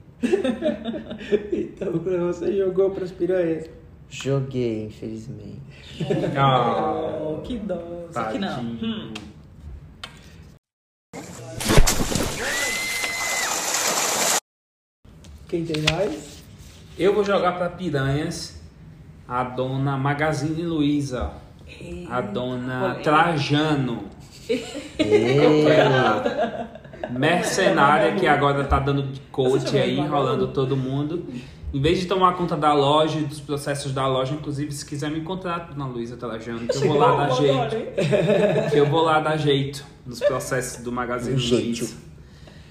S1: Então, você jogou pras piranhas?
S3: Joguei, infelizmente.
S2: é
S4: Ah,
S2: Oh, que dó, só que não. Hum.
S4: tadinho.
S1: Quem tem mais?
S4: Eu vou jogar pra piranhas a dona Magazine Luiza. A dona Trajano.
S3: Ela
S4: mercenária que agora tá dando de coach aí, enrolando todo mundo. Em vez de tomar conta da loja e dos processos da loja, inclusive, se quiser me contratar na Luísa Telajano, que eu vou lá dar jeito. Que eu vou lá dar jeito nos processos do Magazine
S3: Jeito.
S4: Luiza.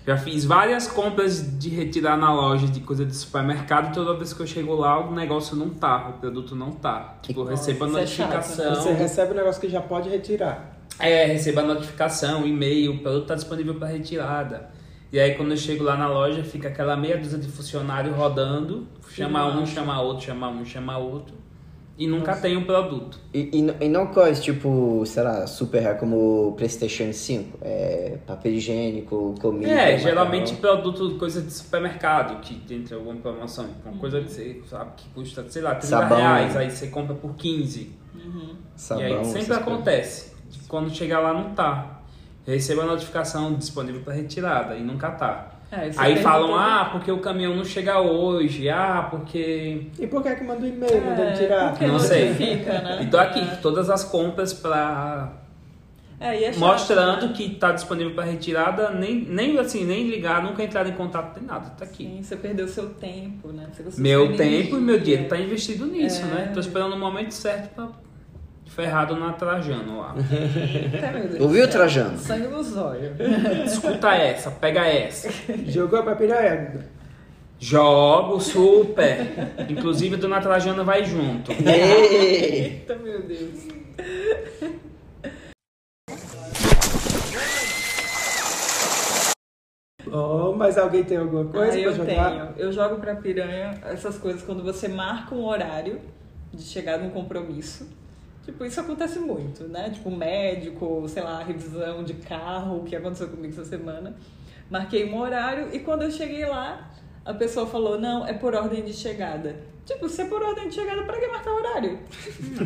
S4: Já fiz várias compras de retirar na loja de coisa de supermercado. Toda vez que eu chego lá, o negócio não tá, o produto não tá. Tipo, eu recebo a
S2: isso é chato.
S4: notificação.
S1: Você recebe o negócio que já pode retirar.
S4: É, receba a notificação, e-mail, o produto tá disponível para retirada. E aí quando eu chego lá na loja, fica aquela meia dúzia de funcionário rodando, chama um, chama outro, chama um, chama outro, e nunca tem o produto.
S3: E, e, não- e não coisa tipo, sei lá, super raro como PlayStation 5. É papel higiênico, comida.
S4: É,
S3: macarrão.
S4: geralmente produto, coisa de supermercado, que tem alguma promoção, uma coisa que você sabe que custa, sei lá, 30
S3: Uhum. Sabão.
S4: reais, aí você compra por 15.
S3: Sabão,
S4: e aí
S3: essas
S4: sempre
S3: coisas.
S4: acontece. Quando chegar lá não tá. Receba a notificação disponível para retirada e nunca tá.
S2: É, isso
S4: Aí
S2: tem
S4: falam,
S2: tudo.
S4: ah, porque o caminhão não chega hoje, ah, porque.
S1: E por que é que mandou e-mail mandando
S2: É,
S1: tirar?
S2: porque
S4: Não sei.
S2: notifica, né?
S4: E tô aqui, todas as compras pra. "Ah,
S2: É, e é chato, né?
S4: Mostrando que tá disponível pra retirada, nem, nem assim, nem ligar, nunca entrar em contato, nem nada, tá aqui.
S2: Sim, você perdeu seu tempo, né? Você gastou
S4: Meu
S2: sua
S4: tempo e meu
S2: energia.
S4: dinheiro tá investido nisso,
S2: É.
S4: né? Tô esperando o momento certo pra ferrado na Trajano lá.
S2: Eita, tá, meu Deus.
S3: Ouviu, Trajano?
S2: Sangue nos olhos.
S4: Escuta essa, pega essa.
S1: Jogou pra Piraéguda.
S4: Jogo super. Inclusive, Dona Trajana vai junto.
S3: Ei!
S2: Eita, meu Deus.
S1: Oh, mas alguém tem alguma coisa
S2: Ah,
S1: pra
S2: eu
S1: jogar?
S2: tenho. Eu jogo pra piranha essas coisas quando você marca um horário de chegar num compromisso. Tipo, isso acontece muito, né? Tipo, médico, sei lá, revisão de carro, que aconteceu comigo essa semana. Marquei um horário e quando eu cheguei lá, a pessoa falou: não, é por ordem de chegada. Tipo, se é por ordem de chegada, pra que marcar horário?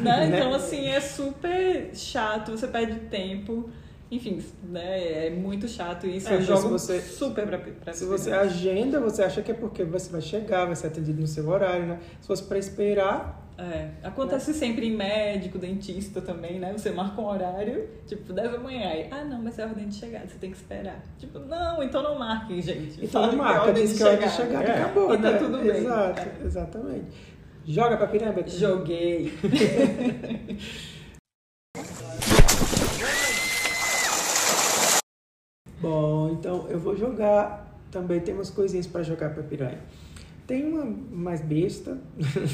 S2: né? Então, assim, é super chato, você perde tempo. Enfim, né? É muito chato e isso.
S1: É,
S2: eu
S1: mas
S2: jogo
S1: se você-
S2: super pra, pra
S1: Se você
S2: piranha.
S1: agenda, você acha que é porque você vai chegar, vai ser atendido no seu horário, né? Se fosse pra esperar,
S2: É, acontece sempre em médico, dentista também, né? Você marca um horário, tipo, 10 da manhã, aí, ah, não, mas é a ordem de chegada, você tem que esperar. Tipo, não, então não marquem, gente.
S1: então
S2: Fala
S1: não
S2: que é
S1: marca,
S2: ordem
S1: diz
S2: de
S1: que é hora de
S2: chegada.
S1: chegar,
S4: É.
S1: acabou,
S2: E tá
S1: né?
S2: tudo bem. É.
S1: Exato, exatamente. Joga pra piranha, Beto.
S2: Joguei.
S1: Bom, então eu vou jogar. Também tem umas coisinhas pra jogar pra piranha. Tem uma mais besta,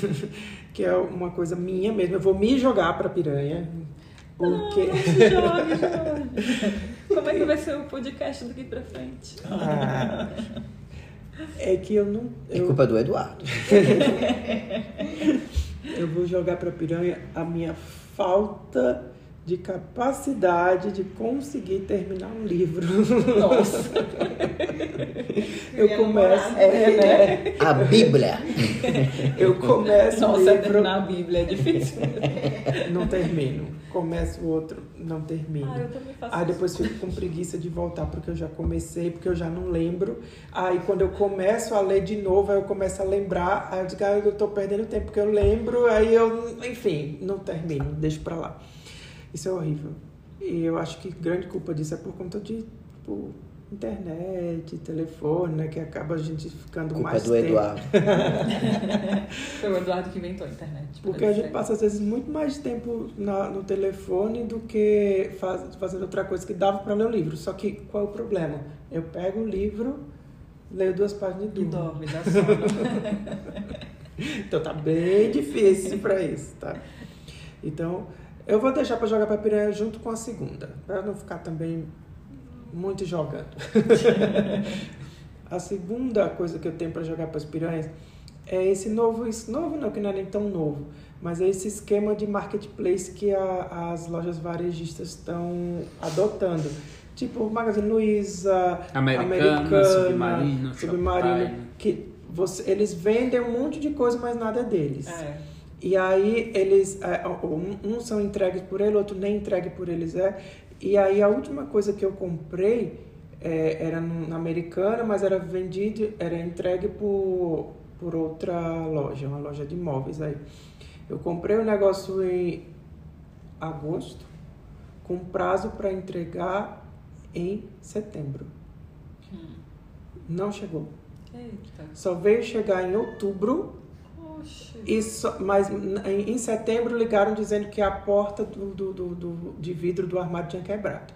S1: que é uma coisa minha mesmo. Eu vou me jogar pra piranha. Porque.
S2: Ah, Jogue, Jorge. Como é que vai ser o podcast daqui pra frente?
S1: Ah, é que eu não.
S3: É
S1: eu-
S3: culpa do Eduardo.
S1: Eu vou jogar pra piranha a minha falta de capacidade de conseguir terminar um livro.
S2: Nossa.
S1: Eu
S5: Queria
S1: começo,
S5: namorar.
S1: é, né?
S3: A Bíblia.
S1: Eu começo um
S2: Nossa,
S1: livro,
S2: terminar a Bíblia é difícil.
S1: não termino. Começo outro, não termino.
S2: Ah, eu também faço
S1: Aí
S2: isso.
S1: depois fico com preguiça de voltar porque eu já comecei, porque eu já não lembro. Aí quando eu começo a ler de novo, aí eu começo a lembrar, aí eu digo, ah, eu tô perdendo tempo porque eu lembro, aí eu, enfim, não termino, deixo pra lá. Isso é horrível. E eu acho que grande culpa disso é por conta de, tipo, internet, telefone, né, que acaba a gente ficando
S3: é Culpa
S1: mais
S3: do
S1: tempo.
S3: Eduardo.
S2: Foi o Eduardo que inventou a internet.
S1: Porque a gente passa, às vezes, muito mais tempo na- no telefone do que faz- fazendo outra coisa que dava para ler o livro. Só que qual é o problema? Eu pego o livro, leio duas páginas e
S2: E
S1: durmo.
S2: dorme, dá sono.
S1: Então tá bem difícil para isso, tá? Então, eu vou deixar para jogar pra piranha junto com a segunda, para não ficar também muito jogando. a segunda coisa que eu tenho para jogar para as piranhas é esse novo, esse novo não, que não é nem tão novo, mas é esse esquema de marketplace que a- as lojas varejistas estão adotando. Tipo Magazine Luiza,
S4: Americana, Submarino,
S1: Submarino,
S4: Shoptime.
S1: que você- eles vendem um monte de coisa, mas nada é deles.
S2: É.
S1: E aí eles, é, um, um são entregues por ele, outro nem entregue por eles é. E aí a última coisa que eu comprei é, era no- na americana, mas era vendido, era entregue por, por outra loja, uma loja de imóveis aí. Eu comprei o negócio em agosto, com prazo para entregar em setembro. Não chegou.
S2: Eita.
S1: Só veio chegar em outubro
S2: Oxe.
S1: isso, mas n- em em setembro ligaram dizendo que a porta do, do, do, do- de vidro do armário tinha quebrado.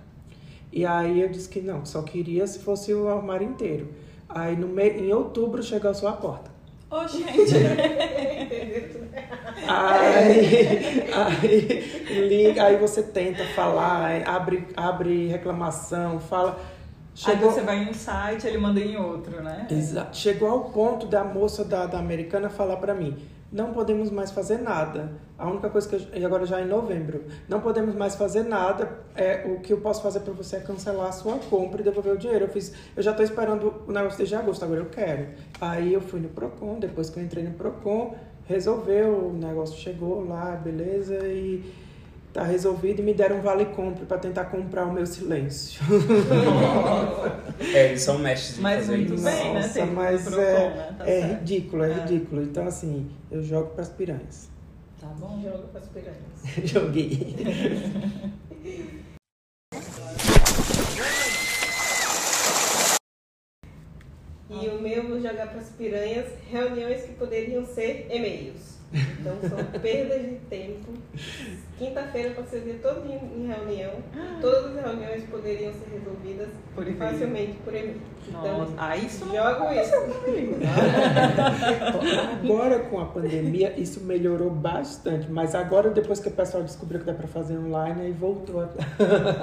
S1: E aí eu disse que não, só queria se fosse o armário inteiro. Aí no mei- em outubro chegou só a porta.
S2: Ô, gente.
S1: Aí, aí, liga, aí você tenta falar, aí abre, abre reclamação, fala.
S2: Aí você vai em um site, ele manda em outro, né?
S1: Exato. Chegou ao ponto da moça da, da americana falar pra mim: não podemos mais fazer nada. A única coisa que eu, e agora já é em novembro, não podemos mais fazer nada. É, o que eu posso fazer pra você é cancelar a sua compra e devolver o dinheiro. Eu fiz, eu já tô esperando o negócio desde agosto, agora eu quero. Aí eu fui no Procon, depois que eu entrei no Procon, resolveu, o negócio chegou lá, beleza, e tá resolvido e me deram um vale compra pra tentar comprar o meu silêncio.
S4: É, eles são mestres em
S2: Mas
S4: fazer
S2: muito
S4: isso.
S2: bem, né?
S1: Nossa,
S2: Tem
S1: mas
S2: Procon,
S1: é,
S2: né? Tá
S1: é
S2: certo.
S1: ridículo, é,
S2: É.
S1: ridículo. Então, assim, eu jogo pras piranhas.
S2: Tá bom?
S5: Um Jogo com as piranhas.
S1: Joguei.
S5: E o meu vou jogar para as piranhas reuniões que poderiam ser e-mails. Então são perdas de tempo Quinta-feira passei o dia todo em em reunião. Todas as reuniões poderiam ser resolvidas
S2: Por e-mail.
S5: facilmente por e-mail. Então,
S2: Nossa, ah, isso não
S5: jogo isso.
S1: Agora com a pandemia isso melhorou bastante, mas agora depois que o pessoal descobriu que dá pra fazer online aí voltou a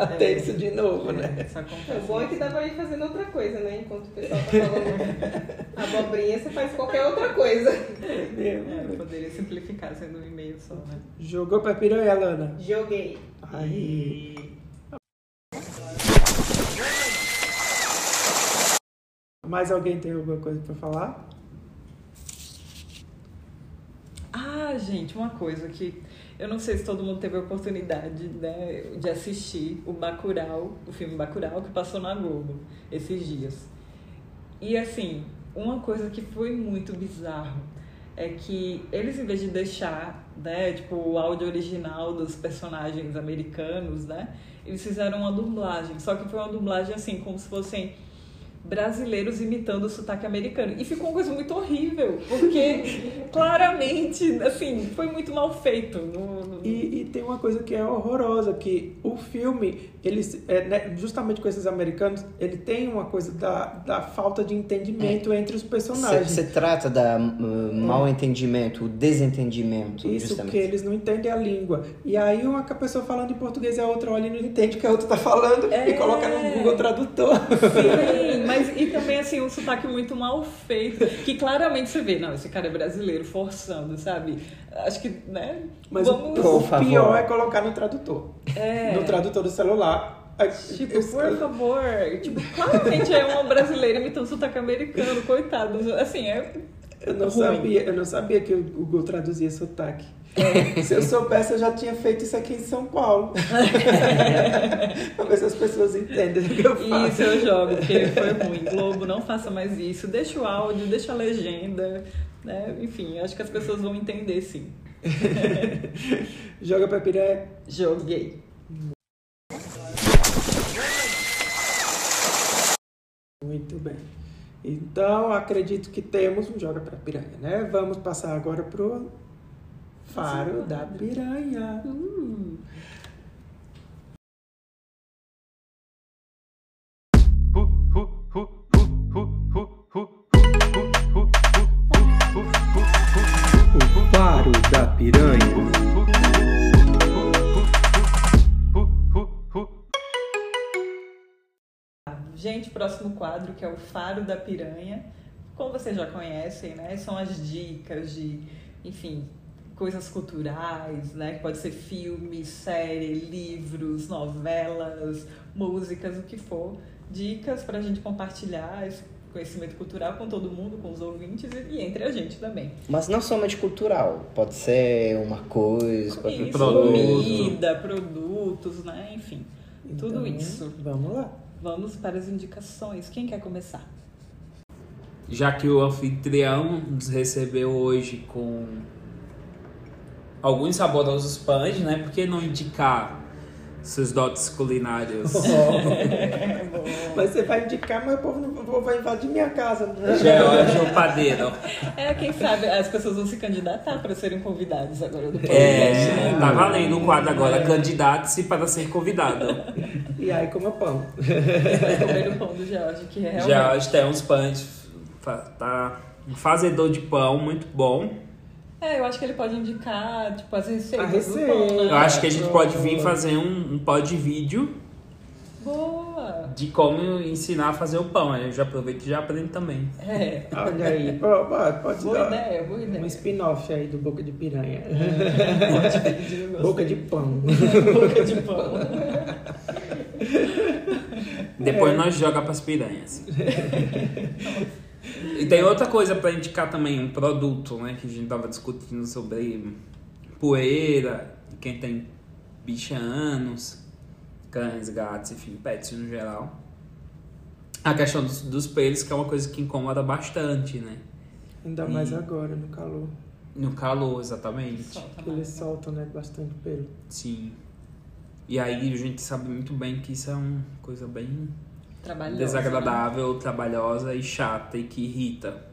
S1: a ter isso de novo, né?
S2: é, Isso acontece.
S5: O bom é que dá pra ir fazendo outra coisa, né? Enquanto o pessoal tá falando abobrinha, você faz qualquer outra coisa.
S2: É, poderia simplificar sendo um e-mail só, né?
S1: Jogou pra piranha, Lana?
S5: Joguei.
S1: Aí. Mais alguém tem alguma coisa pra falar?
S2: Ah, gente, uma coisa que eu não sei se todo mundo teve a oportunidade né, de assistir o Bacurau, o filme Bacurau que passou na Globo esses dias. E assim, uma coisa que foi muito bizarro é que eles em vez de deixar, né, tipo o áudio original dos personagens americanos, né, eles fizeram uma dublagem, só que foi uma dublagem assim como se fossem brasileiros imitando o sotaque americano. E ficou uma coisa muito horrível, porque claramente, assim, foi muito mal feito. No, no-
S1: E, e tem uma coisa que é horrorosa, que o filme, eles, é, né, justamente com esses americanos, ele tem uma coisa da, da falta de entendimento entre os personagens.
S3: Você trata da uh, mal entendimento, o desentendimento,
S1: Isso,
S3: justamente.
S1: que eles não entendem a língua. E aí uma pessoa falando em português e a outra olha e não entende o que a outra tá falando
S2: É.
S1: e coloca no Google Tradutor.
S2: Sim, mas e também assim, um sotaque muito mal feito. Que claramente você vê, não, esse cara é brasileiro, forçando, sabe? Acho que, né?
S1: Mas
S2: vamos.
S1: o,
S3: Por
S1: o
S3: favor.
S1: pior é colocar no tradutor.
S2: É.
S1: No tradutor do celular. Aí,
S2: Tipo,
S1: eu-
S2: por favor. Tipo, claramente é uma brasileira imitando sotaque americano, coitado. Assim, é.
S1: Eu não
S2: Ruim.
S1: sabia, eu não sabia que o Google traduzia sotaque.
S2: É.
S1: Se eu soubesse, eu já tinha feito isso aqui em São Paulo. pra ver se as pessoas entendem o que eu faço.
S2: Isso eu jogo, porque foi ruim. Globo, não faça mais isso. Deixa o áudio, deixa a legenda. Né? Enfim, acho que as pessoas vão entender sim.
S1: Joga pra piranha.
S2: Joguei.
S1: Muito bem. Então, acredito que temos um Joga pra piranha, né? Vamos passar agora pro Faro da Piranha. O Faro da Piranha.
S2: Gente, próximo quadro que é o Faro da Piranha. Como vocês já conhecem, né? São as dicas de, enfim, coisas culturais, né? Que pode ser filme, série, livros, novelas, músicas, o que for. Dicas pra gente compartilhar esse conhecimento cultural com todo mundo, com os ouvintes e, e entre a gente também.
S3: Mas não somente cultural, pode ser uma coisa, pode ser um
S2: Isso,
S4: produto.
S2: comida, produtos, né? Enfim, tudo
S1: Então,
S2: isso.
S1: Vamos lá.
S2: Vamos para as indicações. Quem quer começar?
S4: Já que o anfitrião nos recebeu hoje com alguns saborosos pães, né? Por que não indicar seus dotes culinários?
S1: Mas você vai indicar, mas o povo, não- o povo vai invadir minha casa. né?
S4: George o Padeiro.
S2: É, quem sabe as pessoas vão se candidatar para serem convidados agora do podcast.
S4: É, tá valendo o quadro agora. Candidate-se para ser convidado.
S1: E aí coma pão.
S2: Vai né? comer o pão do George, que é realmente.
S4: Já tem uns pães. Tá, tá um fazedor de pão muito bom.
S2: É, eu acho que ele pode indicar, tipo, as receitas
S1: A
S2: do
S1: receita.
S2: pão,
S4: Eu
S2: né?
S4: acho que a gente pode vir fazer um, um pod vídeo
S2: Boa!
S4: de como ensinar a fazer o pão. Aí Eu já aproveito e já aprendo também.
S2: É,
S1: Olha aí, pô, pô, pode
S2: boa
S1: dar
S2: ideia, né? É, boa
S1: um
S2: ideia.
S1: spin-off aí do Boca de Piranha.
S2: Eu gosto.
S1: Boca de pão.
S2: Boca de pão.
S4: Depois nós joga pras piranhas. e tem outra coisa pra indicar também, um produto, né? Que a gente tava discutindo sobre poeira, quem tem bichanos, cães, gatos, enfim, pets no geral. A questão dos, dos pelos, que é uma coisa que incomoda bastante, né?
S1: Ainda mais
S2: Hum.
S1: agora, no calor.
S4: No calor, exatamente.
S2: Solta
S1: Que eles
S2: mais.
S1: soltam, né, bastante pelo.
S4: Sim. E aí a gente sabe muito bem que isso é uma coisa bem
S2: Trabalhosa, né?
S4: desagradável, trabalhosa e chata e que irrita.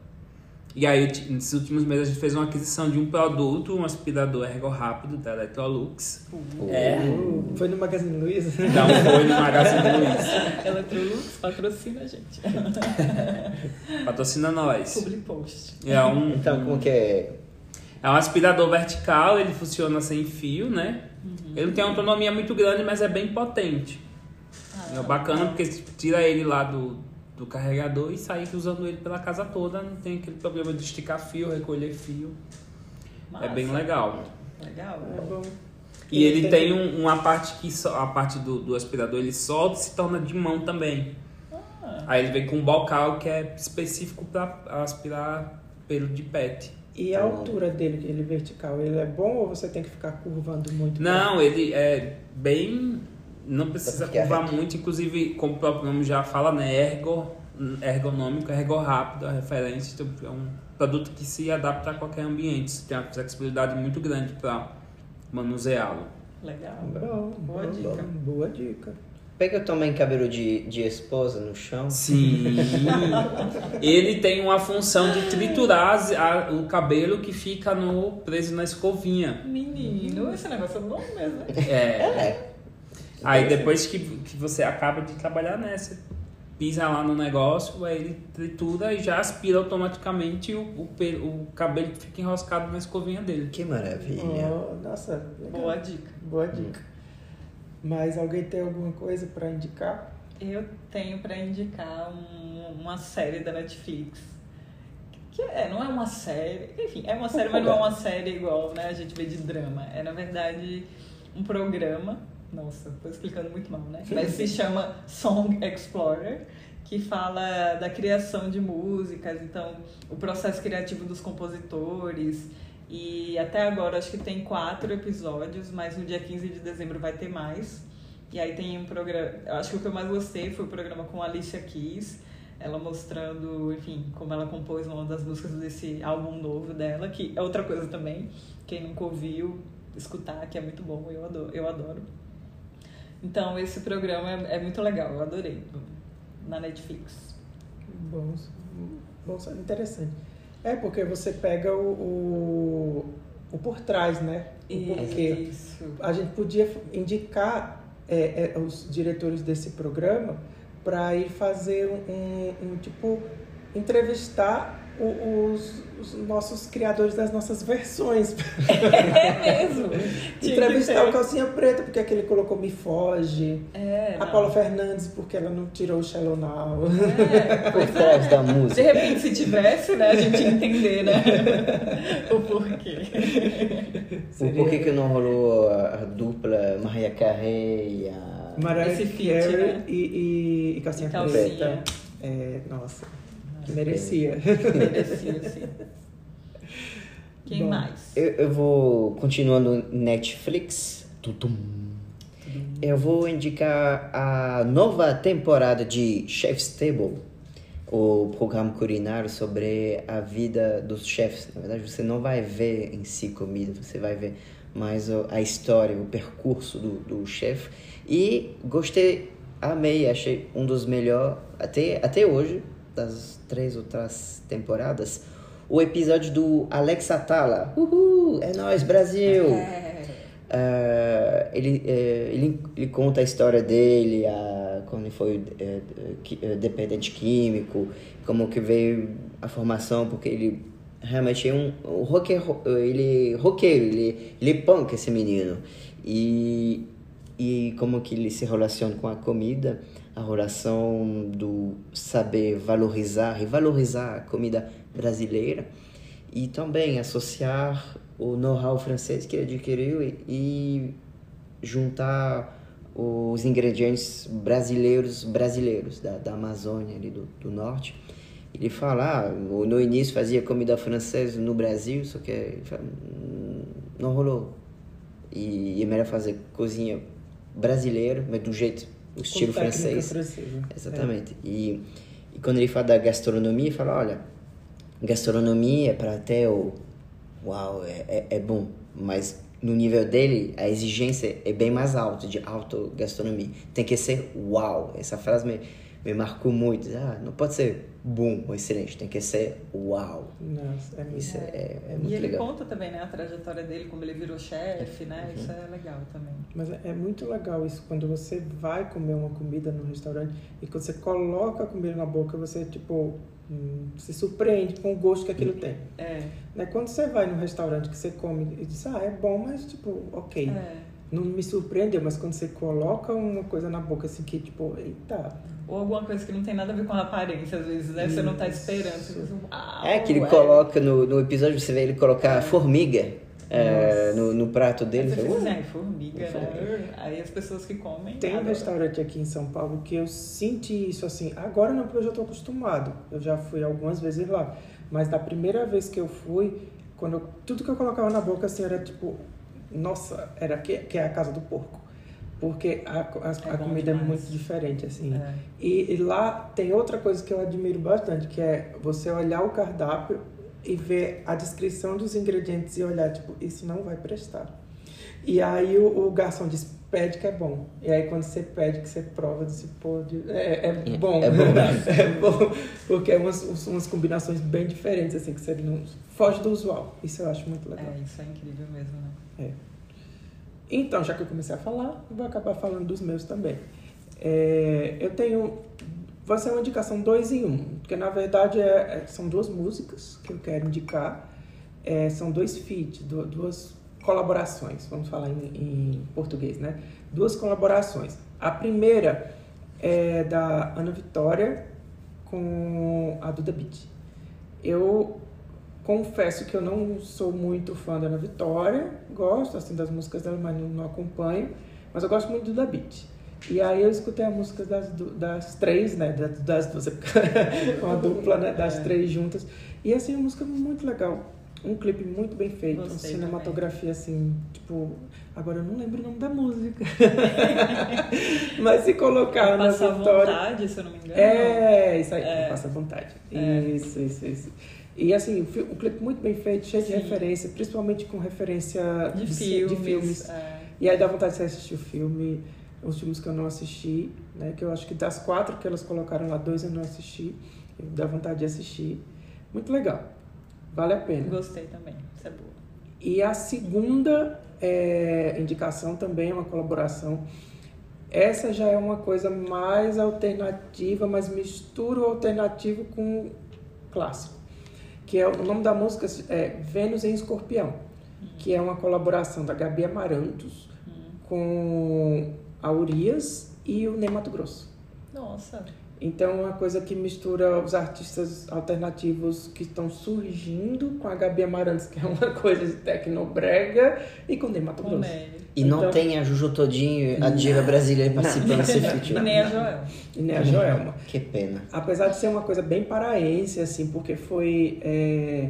S4: E aí, t- nesses últimos meses, a gente fez uma aquisição de um produto, um aspirador ergo rápido da Electrolux.
S3: Oh.
S4: É.
S1: Uh, Foi no Magazine Luiza.
S4: Dá um foi no Magazine Luiza.
S2: Electrolux patrocina a gente.
S4: Patrocina nós.
S2: Public post.
S4: É um,
S3: Então, como que é?
S4: é um aspirador vertical, ele funciona sem fio, né?
S2: Uhum.
S4: Ele não tem uma autonomia muito grande, mas é bem potente.
S2: Ah,
S4: é bacana porque você tira ele lá do, do carregador e sai usando ele pela casa toda, não tem aquele problema de esticar fio, recolher fio. É bem
S2: Massa.
S4: legal.
S2: Legal.
S1: É bom.
S4: E ele tem um- uma parte que só- a parte do, do aspirador ele solta e se torna de mão também. Aí ele vem com um bocal que é específico para aspirar pelo de pet.
S2: Tá
S1: E a altura dele, que ele é vertical, ele é bom ou você tem que ficar curvando muito?
S4: Não, ele é bem. Não precisa
S3: Porque é
S4: curvar
S3: reto.
S4: muito, inclusive, como o próprio nome já fala, né? Ergo, ergonômico, ergo rápido, a referência. Então, é um produto que se adapta a qualquer ambiente. Você tem uma flexibilidade muito grande para manuseá-lo.
S2: Legal.
S1: Bom, boa dica. Boa dica.
S3: Pega tua mãe cabelo de, de esposa no chão.
S4: Sim. Ele tem uma função de triturar as- a- o cabelo que fica no preso na escovinha.
S2: Menino, esse negócio é bom mesmo, né?
S4: É.
S3: É.
S4: Aí depois que, que você acaba de trabalhar nessa, pisa lá no negócio, aí ele tritura e já aspira automaticamente o, o, pe- o cabelo que fica enroscado na escovinha dele.
S3: Que maravilha.
S1: Oh, nossa, legal.
S2: Boa dica.
S1: Boa dica.
S2: Hum.
S1: Mas alguém tem alguma coisa pra indicar?
S2: Eu tenho pra indicar um- uma série da Netflix. Que é, não é uma série. Enfim, é uma série, mas não é uma série igual, né? A gente vê de drama. É, na verdade, um programa. Nossa, tô explicando muito mal, né? Mas se chama Song Explorer, que fala da criação de músicas, então, o processo criativo dos compositores. E até agora acho que tem quatro episódios, mas no dia 15 de dezembro vai ter mais. E aí tem um programa. Eu acho que o que eu mais gostei foi o programa com a Alicia Keys. Ela mostrando, enfim, como ela compôs uma das músicas desse álbum novo dela, que é outra coisa também. Quem nunca ouviu, escutar, que é muito bom, eu adoro. Eu adoro. Então, esse programa é, é muito legal, eu adorei. Na Netflix.
S1: Bom, bom, interessante. É porque você pega o, o, o por trás, né? O porquê.
S2: Isso.
S1: A gente podia indicar é, é, os diretores desse programa para ir fazer um, um- um, tipo entrevistar o- os, os nossos criadores das nossas versões.
S2: É mesmo. Tinha que
S1: entrevistar o
S2: ter.
S1: Calcinha Preta, porque é que ele colocou Me Foge.
S2: É,
S1: A
S2: não.
S1: Paula Fernandes, porque ela não tirou o Shalonau.
S2: É,
S3: Por
S2: pois é.
S3: trás da
S2: De
S3: música.
S2: repente, se tivesse, né, a gente ia entender, né? o porquê.
S3: O porquê que não rolou a, a dupla Maria Carrey e a...
S1: Mariah
S2: Esse feat,
S1: Carey
S2: né?
S1: e, e, e Calcinha
S2: E Calcinha.
S1: Preta. É, nossa, que merecia.
S2: Merecia, sim. Quem
S1: Bom.
S2: mais?
S3: Eu, eu vou, continuando Netflix, tutum. eu vou indicar a nova temporada de Chef's Table, o programa culinário sobre a vida dos chefs. Na verdade, você não vai ver em si comida, você vai ver mais o- a história, o percurso do, do chefe. E gostei, amei, achei um dos melhores, até, até hoje, das três outras temporadas, o episódio do Alex Atala. Uhul! É nóis, Brasil! Ah, ele, eh, ele, ele conta a história dele, a, quando ele foi eh, qui- eh, dependente químico, como que veio a formação, porque ele realmente é um, um rocker, ele é roqueiro, ele, ele é punk esse menino. E, e como que ele se relaciona com a comida, a relação do saber valorizar e valorizar a comida brasileira e também associar o know-how francês que ele adquiriu e, e juntar os ingredientes brasileiros brasileiros da, da Amazônia ali do, do norte ele fala ah, eu no início fazia comida francesa no Brasil só que ele fala, "Hum, não rolou e é melhor fazer cozinha brasileira mas do jeito o estilo
S1: Com técnica
S3: francês
S1: francesa.
S3: Exatamente. E, e quando ele fala da gastronomia, ele fala, olha, gastronomia é para até o... Uau, é, é, é bom. Mas no nível dele, a exigência é bem mais alta, de auto gastronomia. Tem que ser uau. Essa frase me, me marcou muito. Ah, não pode ser bom ou excelente, tem que ser uau.
S1: Nossa, é
S3: Isso é, é- é
S2: E
S3: muito
S2: ele
S3: legal.
S2: conta também, né, a trajetória dele, como ele virou chefe, né? Isso é legal também.
S1: Mas é é muito legal isso, quando você vai comer uma comida num restaurante e quando você coloca a comida na boca, você, tipo, hum, se surpreende com o gosto que aquilo tem.
S2: É,
S1: Né? Quando você vai num restaurante que você come e diz, ah, é bom, mas, tipo, ok.
S2: é.
S1: Não me surpreendeu, mas quando você coloca uma coisa na boca, assim, que, tipo, eita.
S2: Ou alguma coisa que não tem nada a ver com a aparência, às vezes, né? Você não tá esperando. Você
S1: Isso.
S2: pensa, uau,
S3: É que ele
S2: ué.
S3: coloca no, no episódio, você vê ele colocar formiga é, no, no prato
S2: Aí
S3: dele.
S2: você
S3: Fala,
S2: pensa,
S3: "Ué,
S2: né, formiga, né? Aí as pessoas que comem.
S1: Tem um
S2: adoram.
S1: restaurante aqui em São Paulo que eu senti isso, assim, agora não, porque eu já tô acostumado. Eu já fui algumas vezes lá. Mas da primeira vez que eu fui, quando eu- tudo que eu colocava na boca, assim, era tipo, nossa, era que, que é a casa do porco. Porque a, co- as-
S2: É
S1: a
S2: bom
S1: comida é
S2: demais.
S1: muito diferente, assim.
S2: É.
S1: E, e lá tem outra coisa que eu admiro bastante, que é você olhar o cardápio e ver a descrição dos ingredientes e olhar, tipo, isso não vai prestar. E aí o, o garçom diz, pede que é bom. E aí quando você pede, que você prova, diz, pô, de- é, é bom.
S3: é bom.
S1: É bom, porque é umas, umas combinações bem diferentes, assim, que você não... Foge do usual. Isso eu acho muito legal.
S2: É, isso é incrível mesmo, né?
S1: Então, já que eu comecei a falar, eu vou acabar falando dos meus também. É, eu tenho. Vai ser uma indicação dois em um, porque na verdade é- é- são duas músicas que eu quero indicar. É, são dois feats, du- duas colaborações, vamos falar em, em português, né? Duas colaborações. A primeira é da Ana Vitória com a Duda Beat. Eu confesso que eu não sou muito fã da Ana Vitória, gosto assim das músicas dela, mas não, não acompanho, mas eu gosto muito do da Beat. E aí eu escutei a música das, du- das três, né, das, das duas, é porque é uma dupla, né, das três juntas. E assim, uma música muito legal, um clipe muito bem feito, uma
S2: Gostei
S1: cinematografia assim, tipo, agora eu não lembro o nome da música. mas se colocar Ana
S2: Passar
S1: Vitória...
S2: vontade, se eu não me engano.
S1: É, isso aí,
S2: É.
S1: passa à vontade.
S2: É.
S1: Isso, isso, isso. E assim, o fi- um clipe muito bem feito, cheio
S2: Sim.
S1: de referência, principalmente com referência
S2: De
S1: ci-
S2: filmes.
S1: de filmes.
S2: é.
S1: E aí dá vontade de você assistir o filme, os filmes que eu não assisti, né? Que eu acho que das quatro que elas colocaram lá, dois eu não assisti. Eu- Dá vontade de assistir. Muito legal. Vale a pena.
S2: Gostei também. Isso é boa.
S1: E a segunda é, indicação também é uma colaboração. Essa já é uma coisa mais alternativa, mas mistura o alternativo com o clássico. Que é o nome da música é Vênus em Escorpião, que é uma colaboração da Gabi Amarantos com a Urias e o Ney Mato Grosso.
S2: Nossa.
S1: Então, é uma coisa que mistura os artistas alternativos que estão surgindo com a Gabi Amarantes, que é uma coisa de tecnobrega, e com o Ney Mato
S2: Com
S1: Grosso.
S2: Ney.
S3: E não
S1: Então-
S3: tem a Juju Todinho, a diva brasileira participando desse feat.
S2: E nem a Joel.
S1: E nem a Joelma.
S3: Que pena.
S1: Apesar de ser uma coisa bem paraense, assim, porque foi. é,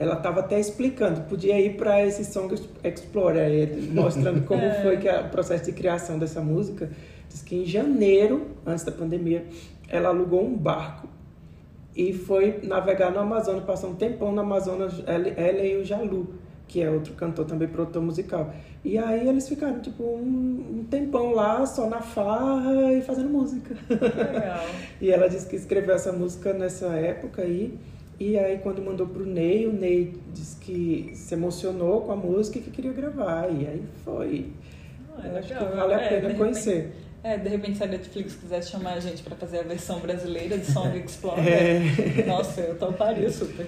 S1: Ela estava até explicando, podia ir para esse Song Explorer, aí, mostrando como foi que a- o processo de criação dessa música. Diz que em janeiro, antes da pandemia, ela alugou um barco e foi navegar no Amazonas, passou um tempão no Amazonas, ela, ela e o Jalu, que é outro cantor também, produtor musical. E aí eles ficaram, tipo, um, um tempão lá, só na farra e fazendo música.
S2: Legal.
S1: E ela disse que escreveu essa música nessa época aí. E aí quando mandou pro Ney, o Ney disse que se emocionou com a música e que queria gravar. E aí foi.
S2: Ah, é
S1: Eu acho que
S2: legal.
S1: vale a
S2: É, de
S1: pena
S2: repente-
S1: conhecer.
S2: É, de repente, se a Netflix quisesse chamar a gente pra fazer a versão brasileira de Song Explorer,
S1: É,
S2: nossa, eu toparia super.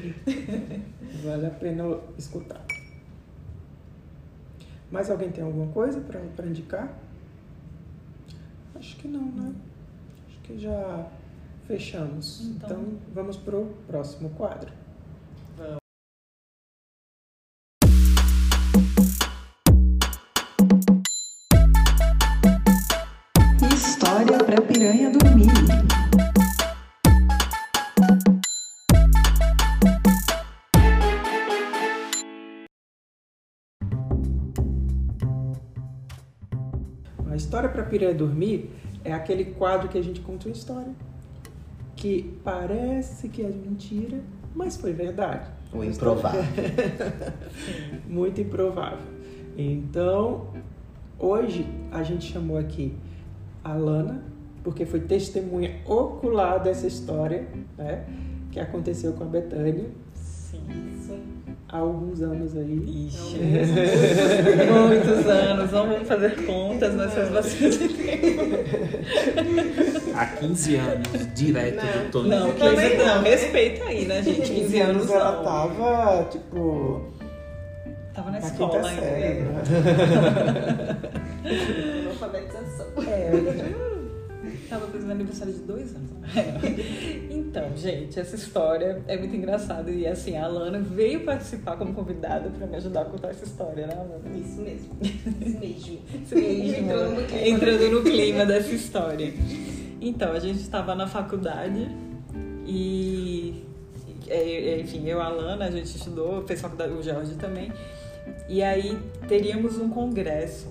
S1: vale a pena escutar. Mas alguém tem alguma coisa pra pra indicar? Acho que não, né? Acho que já fechamos.
S2: Então.
S1: então vamos pro próximo quadro.
S7: História pra piranha dormir.
S1: A história para piranha dormir é aquele quadro que a gente conta uma história que parece que é mentira, mas foi verdade.
S3: O
S1: Uma história-
S3: improvável.
S1: Muito improvável. Então, hoje a gente chamou aqui a Lana, porque foi testemunha ocular dessa história, né? Que aconteceu com a Betânia
S2: Sim.
S5: Isso.
S1: há alguns anos aí. Então,
S2: Ixi, muitos anos. Não vamos fazer contas, mas faz bastante tempo.
S4: Há 15 anos, direto
S5: Não.
S4: do Tony.
S2: Não,
S5: Também
S2: 15
S5: não.
S2: não. Respeita aí, né, gente? 15 anos tá.
S1: ela
S2: não.
S1: tava, tipo,
S2: Tava na
S1: na
S2: escola
S1: quinta
S2: ainda.
S1: série, né?
S5: Alfabetização.
S2: É, eu tava fazendo aniversário de dois anos. Então, gente, essa história é muito engraçada. E assim, a Alana veio participar como convidada pra me ajudar a contar essa história, né, Alana?
S5: Isso mesmo. Isso mesmo.
S2: Isso mesmo.
S5: Entrando no clima.
S2: Entrando no clima dessa história. Então, a gente estava na faculdade e. é, é, Enfim, eu, a Alana, a gente estudou, fez faculdade, o Jorge também. E aí teríamos um congresso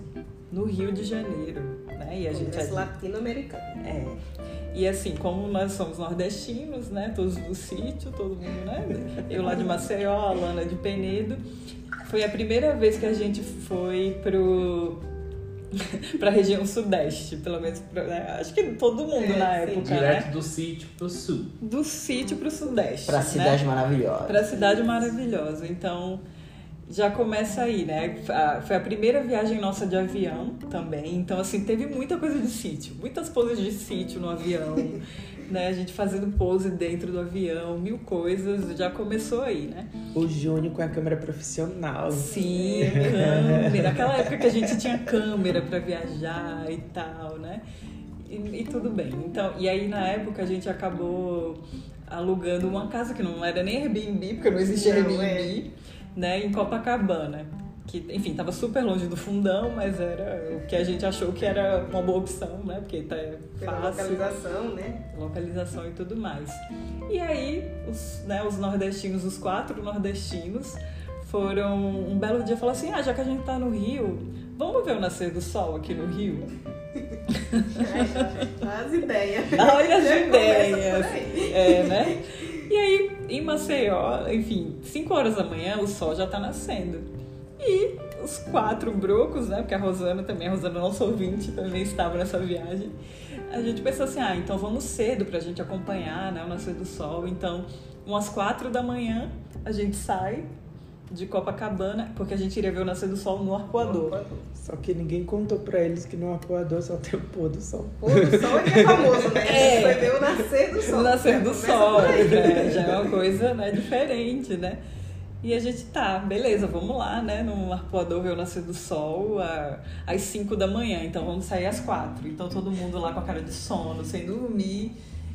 S2: no Rio de Janeiro. Né? E a gente
S5: Congresso latino-americano.
S2: é. E assim, como nós somos nordestinos, né? Todos do sítio, todo mundo, né? Eu lá de Maceió, a Lana de Penedo. Foi a primeira vez que a gente foi pro pra região sudeste, pelo menos, pra- né, acho que todo mundo
S5: É,
S2: na
S5: sim.
S2: época, né?
S4: Direto do sítio pro sul.
S2: Do sítio pro sudeste,
S3: Pra
S2: né?
S3: cidade maravilhosa.
S2: Pra cidade maravilhosa. Então, já começa aí, né? A- Foi a primeira viagem nossa de avião também. Então, assim, teve muita coisa de sítio. Muitas poses de sítio no avião. né? A gente fazendo pose dentro do avião, mil coisas. Já começou aí, né?
S1: O Júnior com a câmera profissional.
S2: Sim, câmera. Aquela época que a gente tinha câmera pra viajar e tal, né? E, e tudo bem. Então, e aí na época a gente acabou alugando uma casa que não era nem Airbnb, porque não existia
S5: Não, é.
S2: Airbnb, né, em Copacabana. Que, enfim, tava super longe do fundão, mas era o que a gente achou que era uma boa opção, né? Porque tá
S5: Pela
S2: fácil
S5: localização, né?
S2: localização e tudo mais. E aí, os, né, os nordestinos, os quatro nordestinos, foram um belo dia falar assim: ah, já que a gente tá no Rio, vamos ver o nascer do sol aqui no Rio?
S5: É, As ideias.
S2: Olha as
S5: Já começa por
S2: ideias.
S5: aí.
S2: É, né? E aí, em Maceió, enfim, 5 horas da manhã, o sol já tá nascendo. E os quatro brocos, né? Porque a Rosana também, a Rosana nossa ouvinte, também estava nessa viagem. A gente pensou assim, ah, então vamos cedo pra gente acompanhar, né? O nascer do sol. Então, umas 4 da manhã, a gente sai de Copacabana, porque a gente iria ver o nascer do sol no Arcoador.
S1: Só que ninguém contou pra eles que no arpoador só tem o pôr do sol.
S5: Pôr do sol é que é famoso, né?
S2: É.
S5: Foi ver o nascer do sol.
S2: O nascer
S5: Já
S2: do
S5: começa
S2: sol,
S5: por aí.
S2: né? já é uma coisa né, diferente, né? E a gente tá, beleza, vamos lá, né? No arpoador ver o nascer do sol a- às 5 da manhã, então vamos sair às 4. Então todo mundo lá com a cara de sono, sem dormir.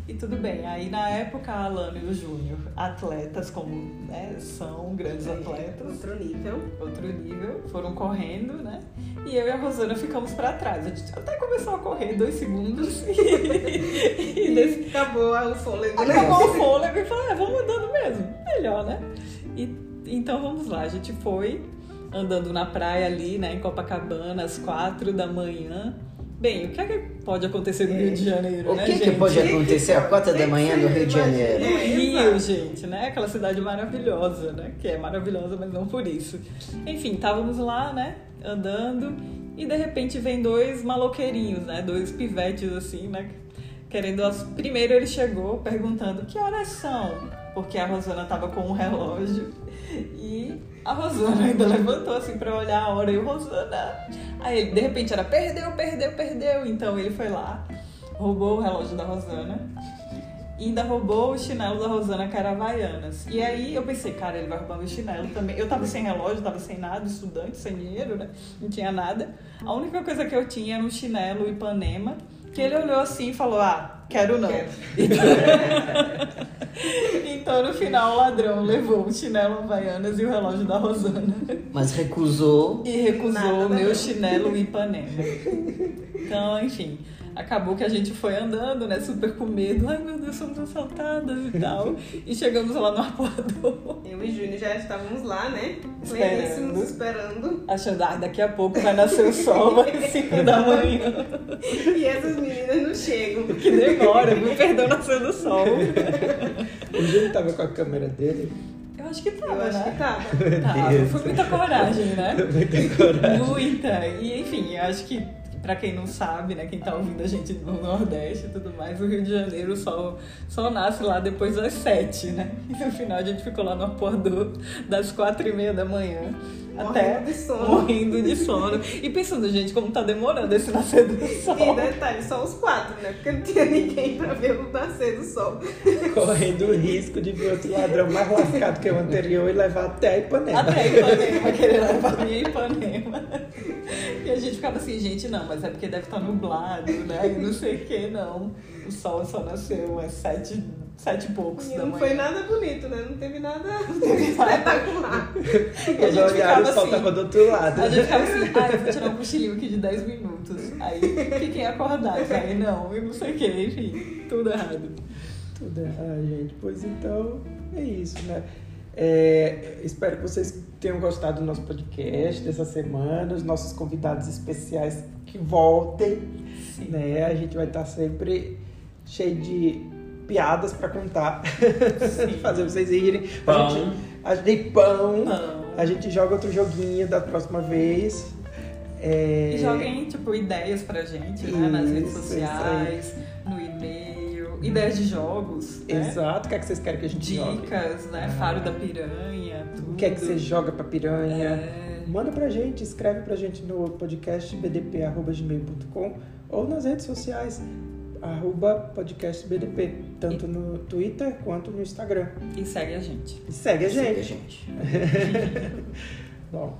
S2: E tudo bem. Aí na época a Alana e o Júnior, atletas como né, são grandes atletas,
S5: Outro nível.
S2: outro nível, foram correndo, né? E eu e a Rosana ficamos pra trás. A gente até começou a correr dois segundos e, e desceu.
S5: E acabou o fôlego, né?
S2: Acabou o fôlego e falou, é, vamos andando mesmo. Melhor, né? E, então vamos lá, a gente foi andando na praia ali, né, em Copacabana, às quatro da manhã. Bem, o que é que pode acontecer no Rio de Janeiro,
S3: É. O
S2: né,
S3: que, que
S2: gente?
S3: pode acontecer às quatro da
S5: Tem que
S3: manhã no
S5: ser,
S3: Rio de
S5: imagina.
S3: Janeiro?
S2: No
S5: É,
S2: Rio,
S5: exato.
S2: gente, né? Aquela cidade maravilhosa, né? Que é maravilhosa, mas não por isso. Enfim, estávamos lá, né? Andando e de repente vem dois maloqueirinhos, né? Dois pivetes assim, né? Querendo as... Primeiro ele chegou perguntando que horas são, porque a Rosana tava com um relógio e a Rosana ainda levantou assim pra olhar a hora e o Rosana. Aí ele, de repente era perdeu, perdeu, perdeu. Então ele foi lá, roubou o relógio da Rosana e ainda roubou o chinelo da Rosana, que era Havaianas. E aí eu pensei, cara, ele vai roubar meu chinelo também. Eu tava sem relógio, tava sem nada, estudante, sem dinheiro, né? Não tinha nada. A única coisa que eu tinha era um chinelo Ipanema, que ele olhou assim e falou, ah, quero não.
S5: Quero.
S2: então no final o ladrão levou o chinelo Havaianas e o relógio da Rosana.
S3: Mas recusou.
S2: E recusou
S5: Nada,
S2: o meu
S5: não.
S2: chinelo Ipanema. Então, enfim, acabou que a gente foi andando, né? Super com medo. Ai, meu Deus, somos assaltadas e tal. E chegamos lá no arpoador.
S5: Eu e Júnior já estávamos lá, né?
S2: Esperando.
S5: Pleníssimos, esperando.
S2: Achando, ah, daqui a pouco vai nascer o sol, às 5 da manhã.
S5: E essas meninas não chegam.
S2: Que demora, me perdeu nascer do sol.
S1: O Júnior tava com a câmera dele.
S2: Eu acho que tava,
S5: Eu
S2: né?
S5: acho que tava.
S2: Tá, foi muita coragem, né? Muita coragem. Muita. E enfim, eu acho que Pra quem não sabe, né, quem tá ouvindo a gente no Nordeste e tudo mais, o Rio de Janeiro só, só nasce lá depois das sete, né? E no final a gente ficou lá no pôr do, das quatro e meia da manhã. até
S5: Morrendo de sono.
S2: morrendo de sono. E pensando, gente, como tá demorando esse nascer do sol.
S5: E né, detalhe, só os quatro, né? Porque não tinha ninguém pra ver o nascer do sol.
S1: Correndo o risco de ver outro ladrão mais lascado que o anterior e levar até a Ipanema.
S2: Até Ipanema, querer levar minha Ipanema. E a gente ficava assim, gente, não, mas é porque deve estar nublado, né? E não sei o que, não. O sol só nasceu às sete, sete e poucos
S5: E
S2: da
S5: não
S2: manhã.
S5: foi nada bonito, né? Não teve nada não teve espetacular.
S2: E a
S1: Quando
S2: gente
S1: olharam,
S2: ficava
S1: o sol tá
S2: assim,
S1: tava do outro lado.
S2: a gente ficava assim, ah, eu vou tirar um cochilinho aqui de 10 minutos. Aí fiquem acordados, aí não, e não sei o que, enfim, tudo errado.
S1: Tudo errado, gente. Pois então, é isso, né? É, espero que vocês tenham gostado do nosso podcast dessa semana, os nossos convidados especiais que voltem,
S2: Sim.
S1: né? A gente vai estar sempre cheio de piadas pra contar, fazer vocês rirem. A
S4: Pão.
S1: gente, a gente tem pão,
S2: Não.
S1: a gente joga outro joguinho da próxima vez. É,
S2: E joguem, tipo, ideias pra gente, né? Nas redes
S1: Isso, isso
S2: sociais, no e-mail, ideias de jogos, né?
S1: Exato, o que é que vocês querem que a gente jogue?
S2: Dicas, né? Faro da piranha, tudo.
S1: Ah. O que é que você joga pra piranha?
S2: É,
S1: Manda pra gente, escreve pra gente no podcast bdp.gmail.com ou nas redes sociais, arroba podcastbdp, tanto no Twitter quanto no Instagram.
S2: E segue a gente.
S1: E segue a
S3: Segue a
S1: gente.
S3: gente.
S1: Bom,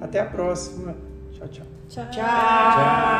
S1: até a próxima. Tchau, tchau.
S2: Tchau!
S4: Tchau.